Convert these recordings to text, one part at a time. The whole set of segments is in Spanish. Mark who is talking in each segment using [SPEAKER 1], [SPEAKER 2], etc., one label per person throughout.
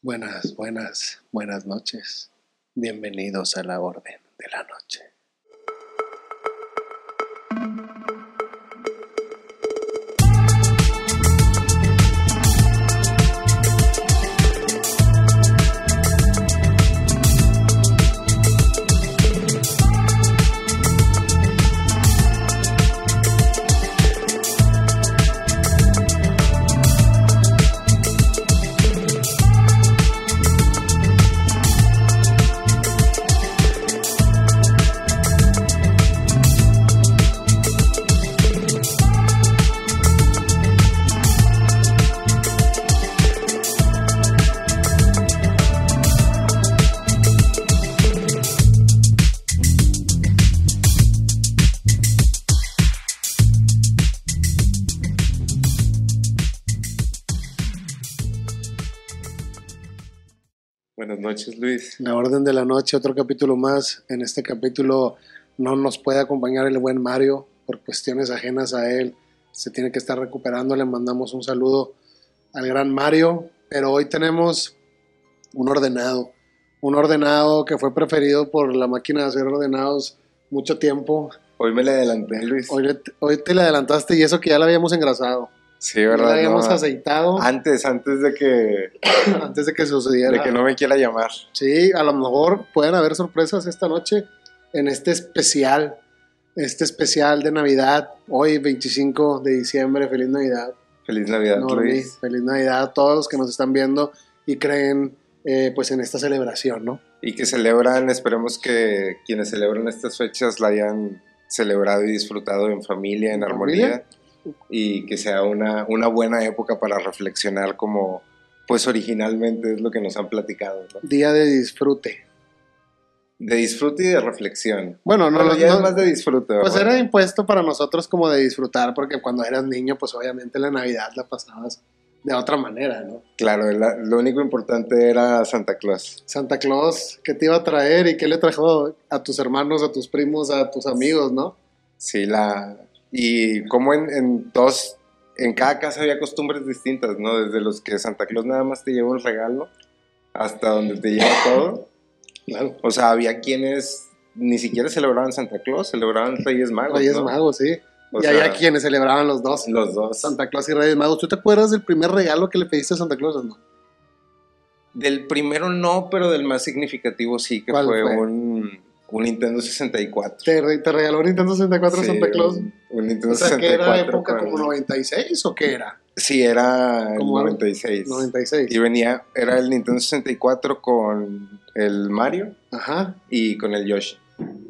[SPEAKER 1] Buenas, buenas, buenas noches. Bienvenidos a la Orden de la Noche.
[SPEAKER 2] Buenas noches, Luis.
[SPEAKER 1] La Orden de la Noche, otro capítulo más. En este capítulo no nos puede acompañar el buen Mario por cuestiones ajenas a él. Se tiene que estar recuperando. Le mandamos un saludo al gran Mario. Pero hoy tenemos un ordenado. Un ordenado que fue preferido por la máquina de hacer ordenados mucho tiempo.
[SPEAKER 2] Hoy me le adelanté, Luis.
[SPEAKER 1] Hoy, le- hoy te le adelantaste y eso que ya lo habíamos engrasado.
[SPEAKER 2] sí,
[SPEAKER 1] Ya lo
[SPEAKER 2] ¿verdad?
[SPEAKER 1] habíamos
[SPEAKER 2] No, ah,
[SPEAKER 1] aceitado
[SPEAKER 2] Antes, antes de que,
[SPEAKER 1] antes de que sucediera.
[SPEAKER 2] de que no me quiera llamar.
[SPEAKER 1] Sí, a lo mejor pueden haber sorpresas esta noche en este especial, este especial de Navidad, hoy 25 de diciembre, feliz Navidad,
[SPEAKER 2] Feliz Navidad,
[SPEAKER 1] Norby,
[SPEAKER 2] Luis.
[SPEAKER 1] feliz Navidad a todos los que nos están viendo y creen eh, pues en esta celebración, ¿no?
[SPEAKER 2] Y que celebran, esperemos que quienes celebran estas fechas la hayan celebrado y disfrutado en familia, en
[SPEAKER 1] ¿En
[SPEAKER 2] armonía. Y que sea una, una buena época para reflexionar como, pues originalmente es lo que nos han platicado, ¿no?
[SPEAKER 1] Día de disfrute.
[SPEAKER 2] De disfrute y de reflexión.
[SPEAKER 1] Bueno, no,
[SPEAKER 2] Bueno,
[SPEAKER 1] los-
[SPEAKER 2] ya es
[SPEAKER 1] no-
[SPEAKER 2] más de disfrute,
[SPEAKER 1] pues
[SPEAKER 2] ¿verdad?
[SPEAKER 1] era impuesto para nosotros como de disfrutar, porque cuando eras niño, pues obviamente la Navidad la pasabas de otra manera, ¿no?
[SPEAKER 2] Claro, la- lo único importante era Santa Claus.
[SPEAKER 1] Santa Claus, ¿qué te iba a traer y qué le trajo a tus hermanos, a tus primos, a tus amigos, no?
[SPEAKER 2] Sí, la. Y como en, en todos, en cada casa había costumbres distintas, ¿no? Desde los que Santa Claus nada más te lleva un regalo hasta donde te lleva todo.
[SPEAKER 1] Claro.
[SPEAKER 2] O sea, había quienes ni siquiera celebraban Santa Claus, celebraban Reyes Magos.
[SPEAKER 1] Reyes
[SPEAKER 2] ¿no?
[SPEAKER 1] Magos, sí.
[SPEAKER 2] O
[SPEAKER 1] y
[SPEAKER 2] sea,
[SPEAKER 1] había quienes celebraban los dos,
[SPEAKER 2] Los dos.
[SPEAKER 1] Santa Claus y Reyes Magos. ¿Tú te acuerdas del primer regalo que le pediste a Santa Claus? No?
[SPEAKER 2] Del primero no, pero del más significativo sí, que
[SPEAKER 1] ¿Cuál
[SPEAKER 2] fue,
[SPEAKER 1] fue?
[SPEAKER 2] Un, un Nintendo 64.
[SPEAKER 1] ¿Te, re- te regaló un Nintendo 64
[SPEAKER 2] Sí,
[SPEAKER 1] Santa Claus?
[SPEAKER 2] Un, un Nintendo
[SPEAKER 1] O sea, que era
[SPEAKER 2] 64
[SPEAKER 1] época
[SPEAKER 2] con-
[SPEAKER 1] como 96 o qué era?
[SPEAKER 2] Sí, era el
[SPEAKER 1] Como algo-
[SPEAKER 2] 96.
[SPEAKER 1] 96.
[SPEAKER 2] Y venía, era el Nintendo 64 con el Mario
[SPEAKER 1] Ajá.
[SPEAKER 2] y con el Yoshi.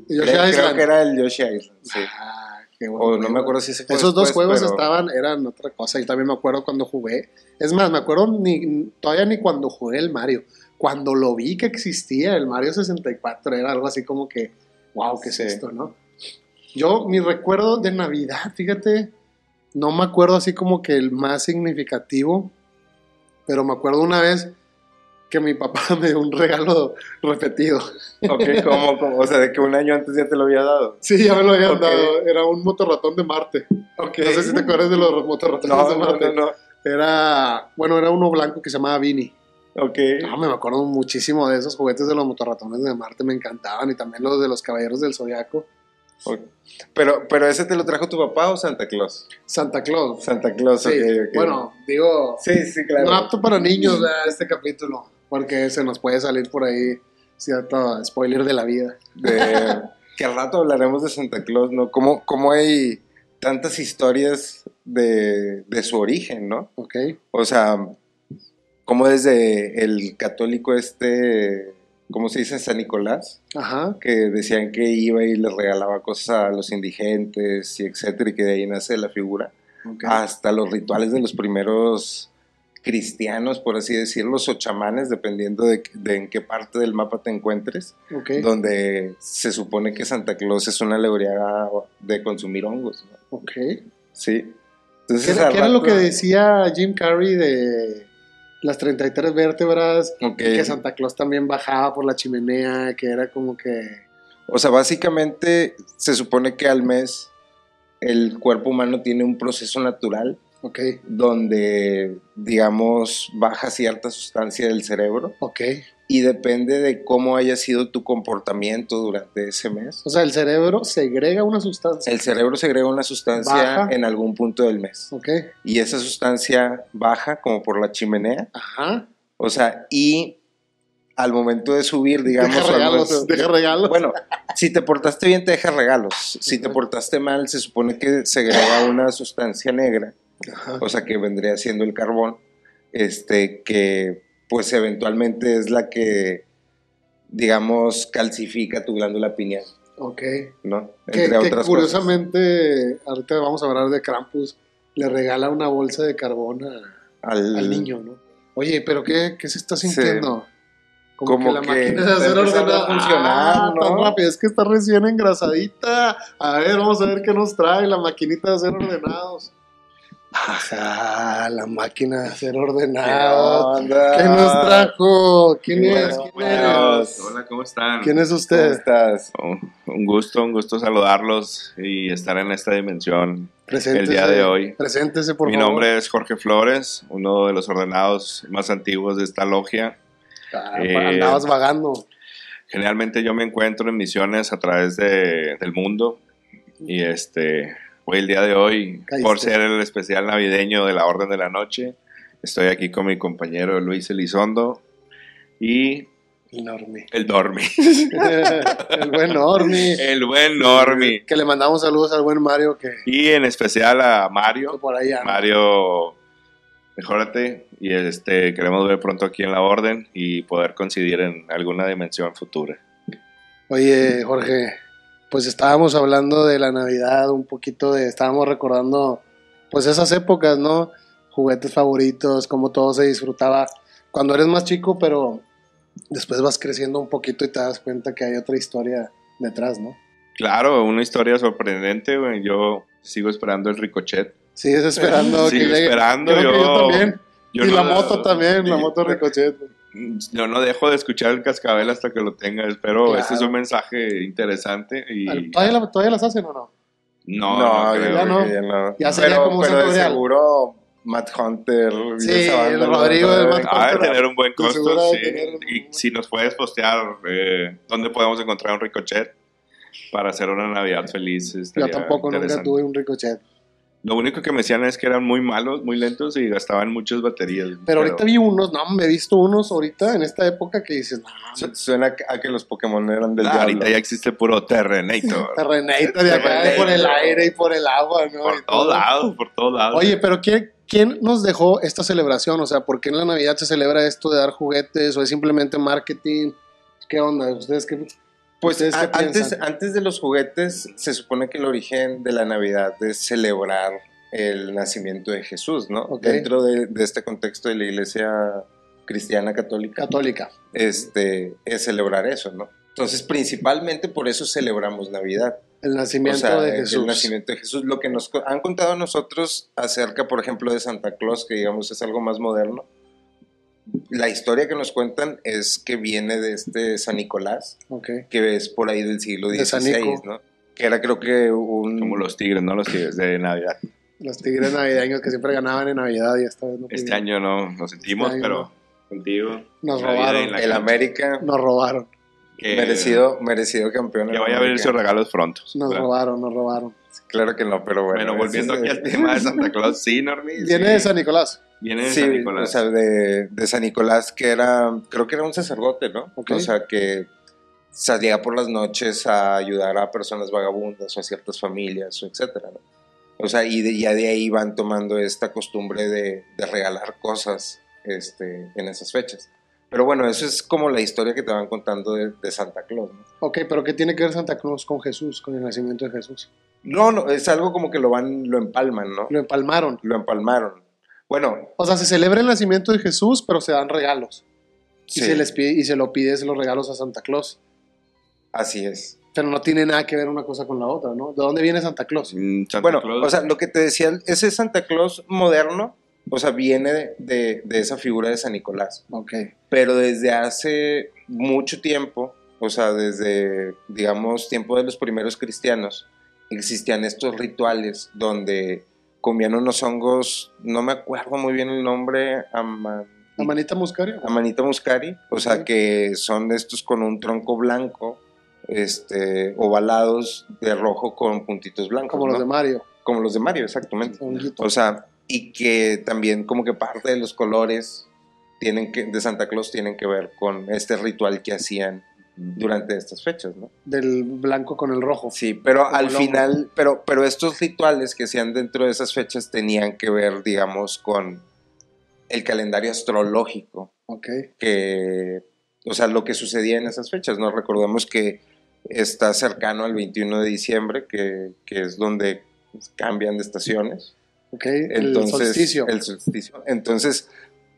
[SPEAKER 1] Y yo
[SPEAKER 2] creo,
[SPEAKER 1] ya
[SPEAKER 2] creo que era el Yoshi Island, sí.
[SPEAKER 1] Ah, qué bueno.
[SPEAKER 2] O no me acuerdo si ese fue
[SPEAKER 1] Esos dos
[SPEAKER 2] después,
[SPEAKER 1] juegos
[SPEAKER 2] Pues, pero-
[SPEAKER 1] estaban, eran otra cosa. Y también me acuerdo cuando jugué. Es más, me acuerdo ni, todavía ni cuando jugué el Mario. Cuando lo vi que existía el Mario 64, era algo así como que, wow, ¿qué
[SPEAKER 2] Sí.
[SPEAKER 1] es esto, no? Yo, mi recuerdo de Navidad, fíjate, no me acuerdo así como que el más significativo, pero me acuerdo una vez que mi papá me dio un regalo repetido.
[SPEAKER 2] Ok, ¿cómo, cómo? O sea, de que un año antes ya te lo había dado.
[SPEAKER 1] Sí, ya me lo habían
[SPEAKER 2] Ok.
[SPEAKER 1] dado. Era un motorratón de Marte.
[SPEAKER 2] Ok.
[SPEAKER 1] No sé si te acuerdas de los motorratones
[SPEAKER 2] No,
[SPEAKER 1] de
[SPEAKER 2] no,
[SPEAKER 1] Marte.
[SPEAKER 2] no, no.
[SPEAKER 1] Era, bueno, era uno blanco que se llamaba Vini.
[SPEAKER 2] Ok.
[SPEAKER 1] No, me acuerdo muchísimo de esos juguetes de los motorratones de Marte, me encantaban, y también los de los Caballeros del Zodiaco.
[SPEAKER 2] ok. Pero, pero ese te lo trajo tu papá o Santa Claus?
[SPEAKER 1] Santa Claus.
[SPEAKER 2] Santa Claus,
[SPEAKER 1] Sí,
[SPEAKER 2] ok, ok.
[SPEAKER 1] bueno, digo,
[SPEAKER 2] Sí, sí, claro.
[SPEAKER 1] no apto para niños ¿verdad? este capítulo, porque se nos puede salir por ahí cierto spoiler de la vida.
[SPEAKER 2] de- que al rato hablaremos de Santa Claus, ¿no? Cómo, cómo hay tantas historias de, de su origen, ¿no?
[SPEAKER 1] ¿Ok?
[SPEAKER 2] O sea, como desde el católico este, ¿cómo se dice? San Nicolás,
[SPEAKER 1] Ajá.
[SPEAKER 2] que decían que iba y les regalaba cosas a los indigentes y etcétera, y que de ahí nace la figura,
[SPEAKER 1] ok.
[SPEAKER 2] hasta los rituales de los primeros cristianos, por así decirlo, o chamanes, dependiendo de- de en qué parte del mapa te encuentres
[SPEAKER 1] ok,
[SPEAKER 2] donde se supone que Santa Claus es una alegoría de consumir hongos. ¿no?
[SPEAKER 1] ok.
[SPEAKER 2] Sí.
[SPEAKER 1] ¿Qué
[SPEAKER 2] Entonces,
[SPEAKER 1] era,
[SPEAKER 2] al
[SPEAKER 1] qué era lo
[SPEAKER 2] rato-
[SPEAKER 1] que decía Jim Carrey de las 33 vértebras?
[SPEAKER 2] Ok.
[SPEAKER 1] Que Santa Claus también bajaba por la chimenea, que era como que...
[SPEAKER 2] O sea, básicamente se supone que al mes el cuerpo humano tiene un proceso natural
[SPEAKER 1] Ok,
[SPEAKER 2] donde, digamos, baja cierta sustancia del cerebro
[SPEAKER 1] ok.
[SPEAKER 2] y depende de cómo haya sido tu comportamiento durante ese mes.
[SPEAKER 1] O sea, el cerebro segrega una sustancia.
[SPEAKER 2] El cerebro segrega una sustancia
[SPEAKER 1] Baja.
[SPEAKER 2] en algún punto del mes
[SPEAKER 1] Ok,
[SPEAKER 2] y esa sustancia baja como por la chimenea,
[SPEAKER 1] ajá.
[SPEAKER 2] o sea, y al momento de subir, digamos,
[SPEAKER 1] deja
[SPEAKER 2] al
[SPEAKER 1] regalos,
[SPEAKER 2] momento-
[SPEAKER 1] deja regalos.
[SPEAKER 2] Bueno, si te portaste bien te deja regalos, si te
[SPEAKER 1] Ujú.
[SPEAKER 2] portaste mal se supone que segrega una sustancia negra
[SPEAKER 1] Ajá.
[SPEAKER 2] o sea que vendría siendo el carbón, este que pues eventualmente es la que digamos calcifica tu glándula pineal,
[SPEAKER 1] Ok.
[SPEAKER 2] ¿no?
[SPEAKER 1] Que, que curiosamente, ahorita vamos a hablar de Krampus, le regala una bolsa de carbón a-
[SPEAKER 2] cosas, al,
[SPEAKER 1] al niño, ¿no? Oye, ¿pero qué, qué se está
[SPEAKER 2] Sí.
[SPEAKER 1] sintiendo? Como,
[SPEAKER 2] Como
[SPEAKER 1] que la
[SPEAKER 2] que
[SPEAKER 1] máquina de
[SPEAKER 2] está
[SPEAKER 1] hacer
[SPEAKER 2] empezando
[SPEAKER 1] ordenada
[SPEAKER 2] a funcionar,
[SPEAKER 1] Ah,
[SPEAKER 2] ¿no?
[SPEAKER 1] tan rápido, es que está recién engrasadita. A ver, vamos a ver qué nos trae la maquinita de hacer ordenados. Ajá, la máquina de hacer ordenados.
[SPEAKER 2] onda?
[SPEAKER 1] Ah, ¿Qué nos trajo? ¿Quién
[SPEAKER 2] Qué
[SPEAKER 1] es?
[SPEAKER 2] bueno,
[SPEAKER 1] ¿Quién
[SPEAKER 2] bueno.
[SPEAKER 1] eres?
[SPEAKER 3] Buenos. Hola, ¿cómo están?
[SPEAKER 1] ¿Quién es
[SPEAKER 2] ¿Cómo
[SPEAKER 1] usted?
[SPEAKER 2] estás?
[SPEAKER 3] Oh, un gusto, un gusto saludarlos y estar en esta dimensión.
[SPEAKER 1] Preséntese,
[SPEAKER 3] El día de hoy.
[SPEAKER 1] Preséntese, por
[SPEAKER 3] Mi
[SPEAKER 1] favor.
[SPEAKER 3] nombre es Jorge Flores, uno de los ordenados más antiguos de esta logia.
[SPEAKER 1] Ah,
[SPEAKER 3] eh,
[SPEAKER 1] andabas vagando.
[SPEAKER 3] Generalmente yo me encuentro en misiones a través de- del mundo y este, hoy el día de hoy,
[SPEAKER 1] Caíste.
[SPEAKER 3] por ser el especial navideño de la Orden de la Noche, estoy aquí con mi compañero Luis Elizondo y
[SPEAKER 1] Enorme.
[SPEAKER 3] el Dormi,
[SPEAKER 1] el buen Ormi.
[SPEAKER 3] el buen Dormi
[SPEAKER 1] Que le mandamos saludos al buen Mario que
[SPEAKER 3] y en especial a Mario.
[SPEAKER 1] que por allá.
[SPEAKER 3] Mario, mejórate y este queremos ver pronto aquí en la orden y poder coincidir en alguna dimensión futura.
[SPEAKER 1] Oye, Jorge, pues estábamos hablando de la Navidad, un poquito de, estábamos recordando pues esas épocas, ¿no? Juguetes favoritos, cómo todo se disfrutaba cuando eres más chico, pero después vas creciendo un poquito y te das cuenta que hay otra historia detrás, ¿no?
[SPEAKER 3] Claro, una historia sorprendente, güey. Yo sigo esperando el ricochet.
[SPEAKER 1] Sigues esperando
[SPEAKER 3] Sigo
[SPEAKER 1] que llegue.
[SPEAKER 3] esperando,
[SPEAKER 1] Creo que
[SPEAKER 3] yo-
[SPEAKER 1] yo también.
[SPEAKER 3] Yo
[SPEAKER 1] y
[SPEAKER 3] no-
[SPEAKER 1] la moto también, la
[SPEAKER 3] Sí.
[SPEAKER 1] moto Ricochet.
[SPEAKER 3] Yo no dejo de escuchar el cascabel hasta que lo tenga. Espero,
[SPEAKER 1] Claro.
[SPEAKER 3] este es un mensaje interesante y
[SPEAKER 1] ¿Todavía, la- todavía las hacen o no?
[SPEAKER 3] no, no
[SPEAKER 2] yo
[SPEAKER 3] creo.
[SPEAKER 1] ya
[SPEAKER 2] creo
[SPEAKER 1] no.
[SPEAKER 2] que ya no.
[SPEAKER 1] Ya sería
[SPEAKER 2] pero,
[SPEAKER 1] como un
[SPEAKER 2] pero de
[SPEAKER 1] santo grial.
[SPEAKER 2] seguro Matt Hunter. y
[SPEAKER 1] Sí,
[SPEAKER 2] esa banda,
[SPEAKER 1] el
[SPEAKER 2] ¿no?
[SPEAKER 1] Rodrigo del Matt
[SPEAKER 3] Ha de tener un buen
[SPEAKER 1] Estoy seguro
[SPEAKER 3] costo,
[SPEAKER 1] de
[SPEAKER 3] sí.
[SPEAKER 1] tener un-
[SPEAKER 3] Y si nos puedes postear eh, dónde podemos encontrar un ricochet para hacer una Navidad feliz.
[SPEAKER 1] Yo
[SPEAKER 3] estaría
[SPEAKER 1] tampoco nunca
[SPEAKER 3] interesante.
[SPEAKER 1] tuve un Ricochet.
[SPEAKER 3] Lo único que me decían es que eran muy malos, muy lentos y gastaban muchas baterías.
[SPEAKER 1] Pero ahorita vi unos, no, me he visto unos ahorita en esta época que dices, no,
[SPEAKER 2] Su- Suena a que los Pokémon eran del
[SPEAKER 3] Ah,
[SPEAKER 2] diablo.
[SPEAKER 3] ahorita ya existe puro Terrenator.
[SPEAKER 1] terrenator de acá,
[SPEAKER 3] Terrenator.
[SPEAKER 1] por el aire y por el agua, ¿no? Y
[SPEAKER 3] por
[SPEAKER 1] todo.
[SPEAKER 3] todos lados, por todos lados.
[SPEAKER 1] Oye, pero ¿quién, ¿quién nos dejó esta celebración? O sea, ¿por qué en la Navidad se celebra esto de dar juguetes o es simplemente marketing? ¿Qué onda? ¿Ustedes qué,
[SPEAKER 2] Pues
[SPEAKER 1] ¿Ustedes qué
[SPEAKER 2] a- antes,
[SPEAKER 1] piensan?
[SPEAKER 2] antes de los juguetes, se supone que el origen de la Navidad es celebrar el nacimiento de Jesús, ¿no?
[SPEAKER 1] Ok.
[SPEAKER 2] Dentro de, de este contexto de la iglesia cristiana católica,
[SPEAKER 1] Católica.
[SPEAKER 2] este, es celebrar eso, ¿no? Entonces, principalmente por eso celebramos Navidad.
[SPEAKER 1] El
[SPEAKER 2] O
[SPEAKER 1] nacimiento
[SPEAKER 2] sea,
[SPEAKER 1] de
[SPEAKER 2] el-
[SPEAKER 1] Jesús.
[SPEAKER 2] el nacimiento de Jesús. Lo que nos co- han contado a nosotros acerca, por ejemplo, de Santa Claus, que digamos es algo más moderno. La historia que nos cuentan es que viene de este San Nicolás,
[SPEAKER 1] Ok.
[SPEAKER 2] que es por ahí del siglo
[SPEAKER 1] De San
[SPEAKER 2] XVI,
[SPEAKER 1] Nico.
[SPEAKER 2] ¿no? Que era creo que un...
[SPEAKER 3] Como los tigres, no los tigres de Navidad.
[SPEAKER 1] Los tigres navideños que siempre ganaban en Navidad y esta vez no
[SPEAKER 3] Este
[SPEAKER 1] pudieron.
[SPEAKER 3] año no nos sentimos,
[SPEAKER 1] Este año
[SPEAKER 3] pero contigo.
[SPEAKER 1] Nos
[SPEAKER 3] Navidad
[SPEAKER 1] robaron.
[SPEAKER 3] en la
[SPEAKER 2] el
[SPEAKER 3] cancha.
[SPEAKER 2] América,
[SPEAKER 1] Nos robaron,
[SPEAKER 3] Que-
[SPEAKER 2] merecido, merecido campeón.
[SPEAKER 3] Que
[SPEAKER 2] en
[SPEAKER 3] vaya a
[SPEAKER 2] América.
[SPEAKER 3] ver esos regalos pronto.
[SPEAKER 1] nos
[SPEAKER 3] ¿verdad?
[SPEAKER 1] robaron, nos robaron.
[SPEAKER 2] Claro que no, pero bueno.
[SPEAKER 3] Bueno, volviendo
[SPEAKER 2] ese
[SPEAKER 3] aquí
[SPEAKER 2] es
[SPEAKER 3] al tema de Santa Claus, sí, Normi.
[SPEAKER 1] Viene
[SPEAKER 3] sí.
[SPEAKER 1] de San Nicolás.
[SPEAKER 3] Viene de
[SPEAKER 2] Sí,
[SPEAKER 3] San Nicolás.
[SPEAKER 2] o sea, de, de San Nicolás, que era, creo que era un sacerdote, ¿no?
[SPEAKER 1] Ok.
[SPEAKER 2] O sea, que salía por las noches a ayudar a personas vagabundas o a ciertas familias, o etcétera, ¿no? O sea, y de- ya de ahí van tomando esta costumbre de, de regalar cosas este, en esas fechas. Pero bueno, eso es como la historia que te van contando de, de Santa Claus, ¿no?
[SPEAKER 1] Ok, pero ¿qué tiene que ver Santa Cruz con Jesús, con el nacimiento de Jesús?
[SPEAKER 2] No, no, es algo como que lo van, lo empalman, ¿no?
[SPEAKER 1] Lo empalmaron.
[SPEAKER 2] Lo empalmaron. Bueno,
[SPEAKER 1] O sea, se celebra el nacimiento de Jesús, pero se dan regalos.
[SPEAKER 2] sí,
[SPEAKER 1] Y, se les pide, y se lo pides los regalos a Santa Claus.
[SPEAKER 2] así es.
[SPEAKER 1] Pero no tiene nada que ver una cosa con la otra, ¿no? ¿De dónde viene Santa Claus?
[SPEAKER 3] Mm, Santa
[SPEAKER 2] bueno,
[SPEAKER 3] Claus.
[SPEAKER 2] o sea, lo que te decía, ese Santa Claus moderno, o sea, viene de, de- de esa figura de San Nicolás.
[SPEAKER 1] Ok.
[SPEAKER 2] Pero desde hace mucho tiempo, o sea, desde, digamos, tiempo de los primeros cristianos, existían estos rituales donde comían unos hongos, no me acuerdo muy bien el nombre, ama-
[SPEAKER 1] La manita muscaria.
[SPEAKER 2] amanita muscari, o sea
[SPEAKER 1] Ok.
[SPEAKER 2] que son estos con un tronco blanco, este, ovalados de rojo con puntitos blancos,
[SPEAKER 1] Como los
[SPEAKER 2] ¿no?
[SPEAKER 1] de
[SPEAKER 2] Pues,
[SPEAKER 1] Mario.
[SPEAKER 2] como los de Mario, exactamente.
[SPEAKER 1] honguito.
[SPEAKER 2] O sea, y que también como que parte de los colores tienen que, de Santa Claus tienen que ver con este ritual que hacían durante estas fechas, ¿no?
[SPEAKER 1] Del blanco con el rojo.
[SPEAKER 2] Sí, pero
[SPEAKER 1] Como
[SPEAKER 2] al
[SPEAKER 1] el hongo.
[SPEAKER 2] final, pero, pero estos rituales que hacían dentro de esas fechas tenían que ver, digamos, con el calendario astrológico,
[SPEAKER 1] Ok.
[SPEAKER 2] que, o sea, lo que sucedía en esas fechas, ¿no? Recordemos que está cercano al 21 de diciembre, que, que es donde cambian de estaciones.
[SPEAKER 1] Ok. el
[SPEAKER 2] Entonces,
[SPEAKER 1] solsticio.
[SPEAKER 2] el solsticio. Entonces,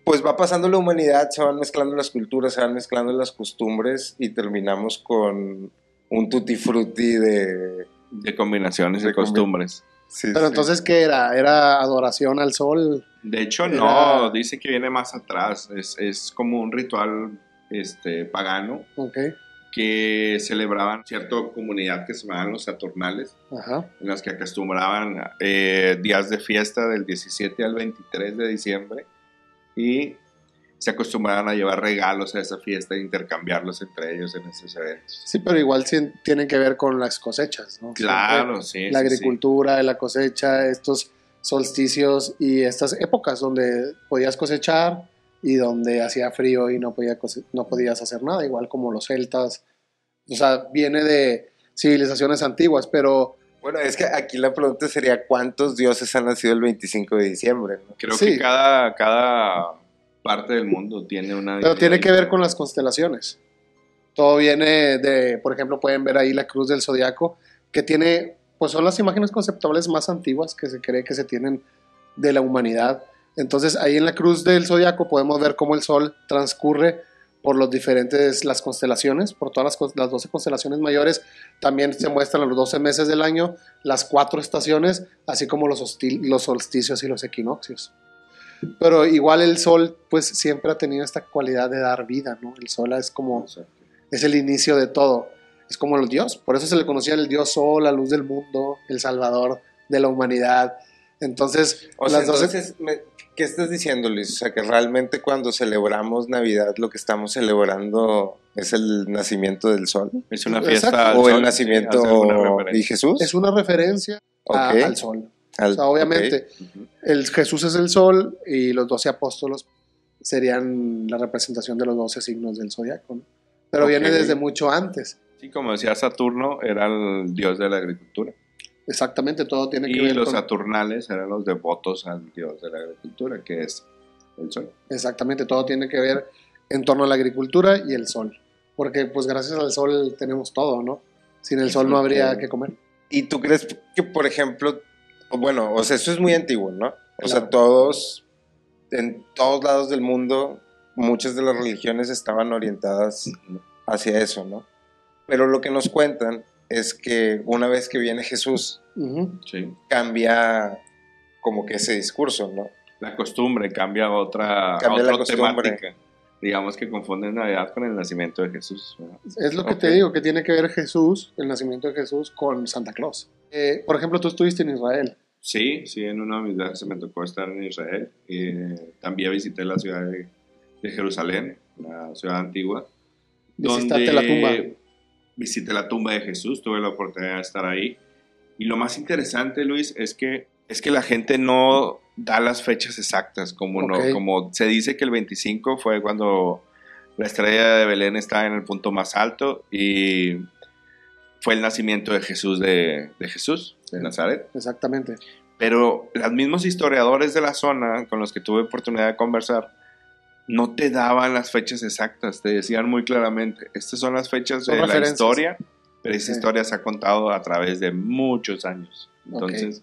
[SPEAKER 2] pues va pasando la humanidad, se van mezclando las culturas, se van mezclando las costumbres y terminamos con un tutti frutti de...
[SPEAKER 3] De combinaciones
[SPEAKER 2] De
[SPEAKER 3] y costumbres.
[SPEAKER 2] Sí,
[SPEAKER 1] Pero
[SPEAKER 2] sí.
[SPEAKER 1] entonces, ¿qué era? ¿Era adoración al sol?
[SPEAKER 3] De hecho,
[SPEAKER 1] Era-
[SPEAKER 3] no, dice que viene más atrás. Es, es como un ritual este, pagano
[SPEAKER 1] Ok.
[SPEAKER 3] que celebraban cierta comunidad que se llamaban los Saturnales,
[SPEAKER 1] Ajá.
[SPEAKER 3] en las que acostumbraban eh, días de fiesta del 17 al 23 de diciembre y se acostumbraban a llevar regalos a esa fiesta e intercambiarlos entre ellos en esos eventos.
[SPEAKER 1] Sí, pero igual sí tiene que ver con las cosechas, ¿no?
[SPEAKER 3] Claro, sí.
[SPEAKER 1] la
[SPEAKER 3] sí, sí.
[SPEAKER 1] agricultura, la cosecha, estos solsticios y estas épocas donde podías cosechar y donde hacía frío y no, podía cose- no podías hacer nada, igual como los celtas. O sea, viene de civilizaciones antiguas, pero
[SPEAKER 2] Bueno, es que aquí la pregunta sería cuántos dioses han nacido el 25 de diciembre. no?
[SPEAKER 3] Creo
[SPEAKER 1] Sí.
[SPEAKER 3] que cada, cada parte del mundo tiene una...
[SPEAKER 1] Pero tiene que ver con
[SPEAKER 3] la
[SPEAKER 1] las constelaciones. Todo viene de, por ejemplo, pueden ver ahí la cruz del zodiaco, que tiene, pues son las imágenes conceptuales más antiguas que se cree que se tienen de la humanidad. Entonces, ahí en la cruz del zodiaco podemos ver cómo el sol transcurre por los diferentes, las constelaciones, por todas las, cons- las 12 constelaciones mayores. También se muestran los 12 meses del año, las cuatro estaciones, así como los, hostil- los solsticios y los equinoccios. Pero igual el sol, pues siempre ha tenido esta cualidad de dar vida, ¿no? El sol es como, es el inicio de todo. Es como el dios. Por eso se le conocía el dios sol, la luz del mundo, el salvador de la humanidad. Entonces,
[SPEAKER 2] O sea,
[SPEAKER 1] las doce-
[SPEAKER 2] entonces, me- ¿qué estás diciendo, Luis? O sea, que realmente cuando celebramos Navidad lo que estamos celebrando es el nacimiento del sol.
[SPEAKER 3] Es una
[SPEAKER 1] Exacto.
[SPEAKER 3] fiesta... al
[SPEAKER 2] o el
[SPEAKER 3] sol,
[SPEAKER 2] nacimiento
[SPEAKER 3] hace alguna referencia.
[SPEAKER 2] de Jesús.
[SPEAKER 1] es una referencia a-
[SPEAKER 2] Ok,
[SPEAKER 1] al sol.
[SPEAKER 2] al-
[SPEAKER 1] O sea, obviamente,
[SPEAKER 2] ok.
[SPEAKER 3] Ujú.
[SPEAKER 1] el Jesús es el sol y los doce apóstolos serían la representación de los doce signos del zodiaco, ¿no? Pero
[SPEAKER 2] Ok.
[SPEAKER 1] viene desde mucho antes.
[SPEAKER 3] Sí, como decía Saturno, era el dios de la agricultura.
[SPEAKER 1] Exactamente, todo tiene que
[SPEAKER 3] Y
[SPEAKER 1] ver
[SPEAKER 3] los
[SPEAKER 1] con...
[SPEAKER 3] Saturnales eran los devotos al dios de la agricultura, que es el sol.
[SPEAKER 1] Exactamente, todo tiene que ver en torno a la agricultura y el sol. Porque pues gracias al sol tenemos todo, ¿no? Sin el sol no habría que comer.
[SPEAKER 2] ¿Y tú crees que, por ejemplo, o bueno, o sea, eso es muy antiguo, ¿no? O
[SPEAKER 1] Claro.
[SPEAKER 2] sea, todos, en todos lados del mundo, muchas de las religiones estaban orientadas hacia eso, ¿no? Pero lo que nos cuentan es que una vez que viene Jesús,
[SPEAKER 1] Ujú.
[SPEAKER 3] Sí.
[SPEAKER 2] cambia como que ese discurso, ¿no?
[SPEAKER 3] La costumbre cambia a otra, a
[SPEAKER 2] Cambia la
[SPEAKER 3] otra
[SPEAKER 2] costumbre.
[SPEAKER 3] temática. Digamos que confunden Navidad con el nacimiento de Jesús. ¿verdad?
[SPEAKER 1] Es lo que te
[SPEAKER 2] Ok.
[SPEAKER 1] digo, que tiene que ver Jesús, el nacimiento de Jesús, con Santa Claus. Eh, por ejemplo, tú estuviste en Israel.
[SPEAKER 3] Sí, sí, en una de mis viajes me tocó estar en Israel. Eh, también visité la ciudad de, de Jerusalén, la ciudad antigua.
[SPEAKER 1] Visitaste la tumba.
[SPEAKER 3] Visité la tumba de Jesús, tuve la oportunidad de estar ahí. Y lo más interesante, Luis, es que, es que la gente no da las fechas exactas, como,
[SPEAKER 1] Ok.
[SPEAKER 3] no, como se dice que el 25 fue cuando la estrella de Belén estaba en el punto más alto y fue el nacimiento de Jesús de, de Jesús, de Nazaret.
[SPEAKER 1] Exactamente.
[SPEAKER 3] Pero los mismos historiadores de la zona con los que tuve oportunidad de conversar no te daban las fechas exactas, te decían muy claramente, estas son las fechas
[SPEAKER 1] Son
[SPEAKER 3] de la
[SPEAKER 1] referencias.
[SPEAKER 3] historia, pero esa
[SPEAKER 1] Ok.
[SPEAKER 3] historia se ha contado a través de muchos años. Entonces,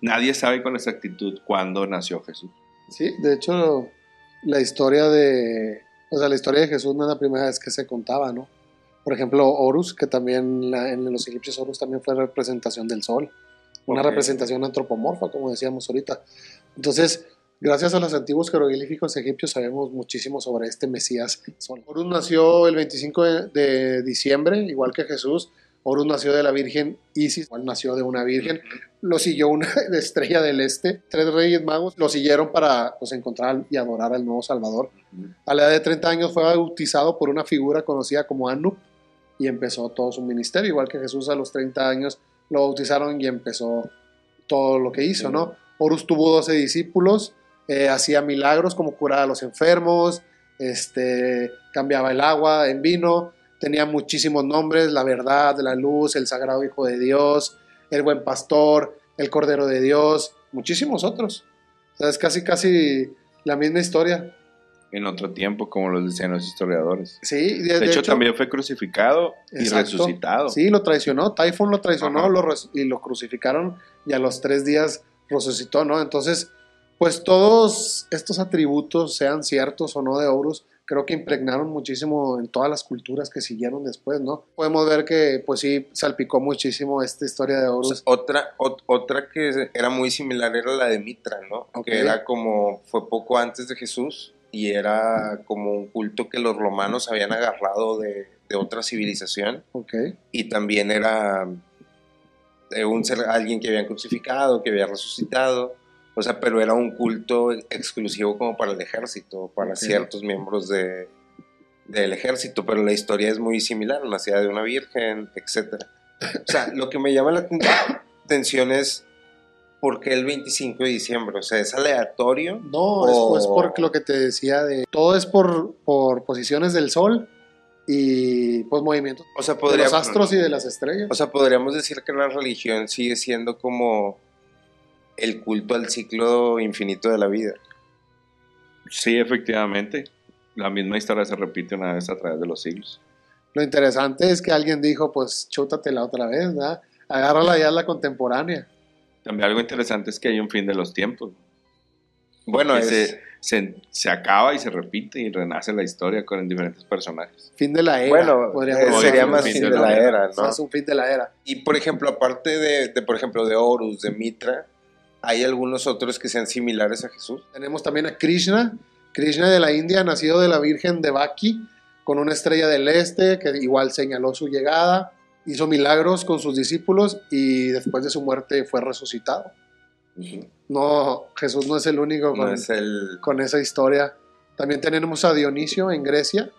[SPEAKER 3] nadie sabe con exactitud cuándo nació Jesús.
[SPEAKER 1] Sí, de hecho, la historia de, o sea, la historia de Jesús no es la primera vez que se contaba, ¿no? Por ejemplo, Horus, que también la- en los egipcios Horus también fue representación del sol, una
[SPEAKER 3] Ok.
[SPEAKER 1] representación antropomorfa, como decíamos ahorita. Entonces, gracias a los antiguos jeroglíficos egipcios sabemos muchísimo sobre este Mesías sol. Horus nació el 25 de, de diciembre, igual que Jesús. Horus nació de la Virgen, Isis igual nació de una Virgen, lo siguió una estrella del Este, tres reyes magos lo siguieron para pues, encontrar y adorar al nuevo Salvador. A la edad de 30 años fue bautizado por una figura conocida como Anup y empezó todo su ministerio, igual que Jesús a los 30 años lo bautizaron y empezó todo lo que hizo, ¿no? Horus tuvo 12 discípulos, eh, hacía milagros como curar a los enfermos, este, cambiaba el agua en vino, tenía muchísimos nombres, la verdad, la luz, el sagrado hijo de Dios, el buen pastor, el cordero de Dios, muchísimos otros. O sea, es casi, casi la misma historia.
[SPEAKER 3] En otro tiempo, como lo decían los historiadores.
[SPEAKER 1] Sí,
[SPEAKER 3] De, hecho, también fue crucificado y
[SPEAKER 1] Exacto.
[SPEAKER 3] resucitado.
[SPEAKER 1] Sí, lo traicionó, Typhon lo traicionó
[SPEAKER 3] Ajá.
[SPEAKER 1] lo res- y lo crucificaron y a los tres días resucitó, ¿no? Entonces, pues todos estos atributos, sean ciertos o no de Horus, creo que impregnaron muchísimo en todas las culturas que siguieron después, ¿no? Podemos ver que, pues sí, salpicó muchísimo esta historia de Horus.
[SPEAKER 2] Otra, ot- otra que era muy similar era la de Mitra, ¿no?
[SPEAKER 1] Ok.
[SPEAKER 2] Que era como, fue poco antes de Jesús y era como un culto que los romanos habían agarrado de, de otra civilización
[SPEAKER 1] Ok,
[SPEAKER 2] y también era eh, un ser, alguien que habían crucificado, que había resucitado, o sea, pero era un culto exclusivo como para el ejército, para
[SPEAKER 1] Ok.
[SPEAKER 2] ciertos miembros de, del ejército, pero la historia es muy similar, nacida de una virgen, etc. O sea, lo que me llama la aten- atención es por qué el 25 de diciembre, o sea, es aleatorio.
[SPEAKER 1] No, es-
[SPEAKER 2] Oh.
[SPEAKER 1] es, por lo que te decía de todo es por, por posiciones del sol y pues movimientos
[SPEAKER 2] O sea,
[SPEAKER 1] de
[SPEAKER 2] podría,
[SPEAKER 1] los astros y de las estrellas.
[SPEAKER 2] O sea, podríamos decir que la religión sigue siendo como el culto al ciclo infinito de la vida.
[SPEAKER 3] Sí, efectivamente. La misma historia se repite una vez a través de los siglos.
[SPEAKER 1] Lo interesante es que alguien dijo, pues chútatela otra vez, ¿verdad? Agárrala ya la contemporánea.
[SPEAKER 3] También algo interesante es que hay un fin de los tiempos.
[SPEAKER 2] Bueno,
[SPEAKER 3] Que
[SPEAKER 2] es,
[SPEAKER 3] se, se- se acaba y se repite y renace la historia con diferentes personajes.
[SPEAKER 1] Fin de la era.
[SPEAKER 2] bueno,
[SPEAKER 1] podríamos
[SPEAKER 2] eh,
[SPEAKER 1] llamarlo.
[SPEAKER 2] sería
[SPEAKER 3] un
[SPEAKER 2] más fin de la era,
[SPEAKER 1] O sea,
[SPEAKER 2] ¿no?
[SPEAKER 1] es un fin de la era.
[SPEAKER 2] Y por ejemplo, aparte de, de, por ejemplo de Horus, de Mitra, hay algunos otros que sean similares a Jesús.
[SPEAKER 1] Tenemos también a Krishna, Krishna de la India, nacido de la Virgen de Baki, con una estrella del este que igual señaló su llegada, hizo milagros con sus discípulos y después de su muerte fue resucitado. No, Jesús no es el único con,
[SPEAKER 2] No es el
[SPEAKER 1] con esa historia. También tenemos a Dionisio en Grecia,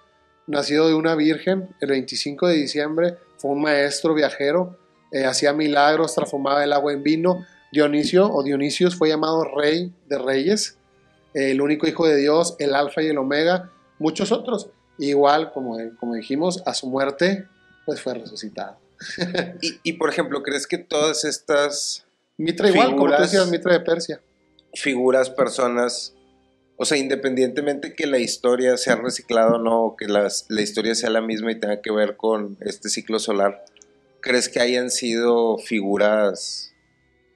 [SPEAKER 1] nacido de una virgen el 25 de diciembre, fue un maestro viajero, eh, hacía milagros, transformaba el agua en vino. Dionisio o Dionisios fue llamado rey de reyes, eh, el único hijo de Dios, el alfa y el omega, muchos otros. Igual, como, como dijimos, a su muerte, pues fue resucitado.
[SPEAKER 2] y, y por ejemplo, ¿crees que todas estas
[SPEAKER 1] Mitra igual, como tú
[SPEAKER 2] Figuras.
[SPEAKER 1] decías, Mitra de Persia.
[SPEAKER 2] figuras, personas, o sea, independientemente que la historia sea reciclada o no, o que las- la historia sea la misma y tenga que ver con este ciclo solar, ¿crees que hayan sido figuras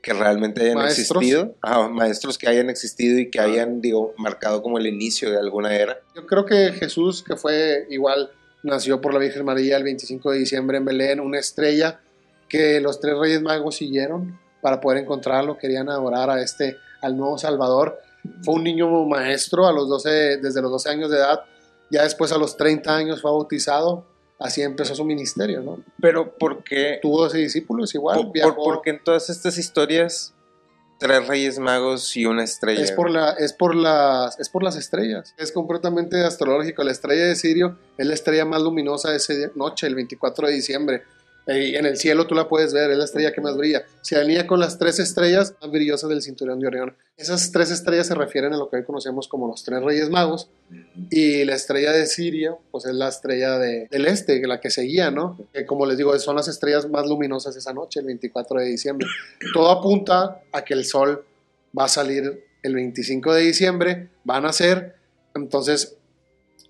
[SPEAKER 2] que realmente hayan
[SPEAKER 1] Maestros.
[SPEAKER 2] existido? Ajá, maestros que hayan existido y que hayan, digo, marcado como el inicio de alguna era.
[SPEAKER 1] Yo creo que Jesús, que fue igual, nació por la Virgen María el 25 de diciembre en Belén, una estrella que los tres reyes magos siguieron para poder encontrarlo, querían adorar a este, al nuevo Salvador. Fue un niño maestro a los 12, desde los 12 años de edad, ya después a los 30 años fue bautizado, así empezó su ministerio, ¿no?
[SPEAKER 2] Pero ¿por qué,
[SPEAKER 1] Tuvo 12 discípulos igual,
[SPEAKER 2] por- por-
[SPEAKER 1] viajó.
[SPEAKER 2] por qué en todas estas historias tres reyes magos y una estrella?
[SPEAKER 1] Es por, la, es, por las, es por las estrellas. Es completamente astrológico. La estrella de Sirio es la estrella más luminosa de esa noche, el 24 de diciembre. Eh, en el cielo tú la puedes ver, es la estrella que más brilla. Se alinea con las tres estrellas más brillosas del cinturón de Orión. Esas tres estrellas se refieren a lo que hoy conocemos como los tres reyes magos. Y la estrella de Sirio, pues es la estrella de- del este, la que seguía, ¿no? Que como les digo, son las estrellas más luminosas esa noche, el 24 de diciembre. Todo apunta a que el sol va a salir el 25 de diciembre, van a ser. Entonces,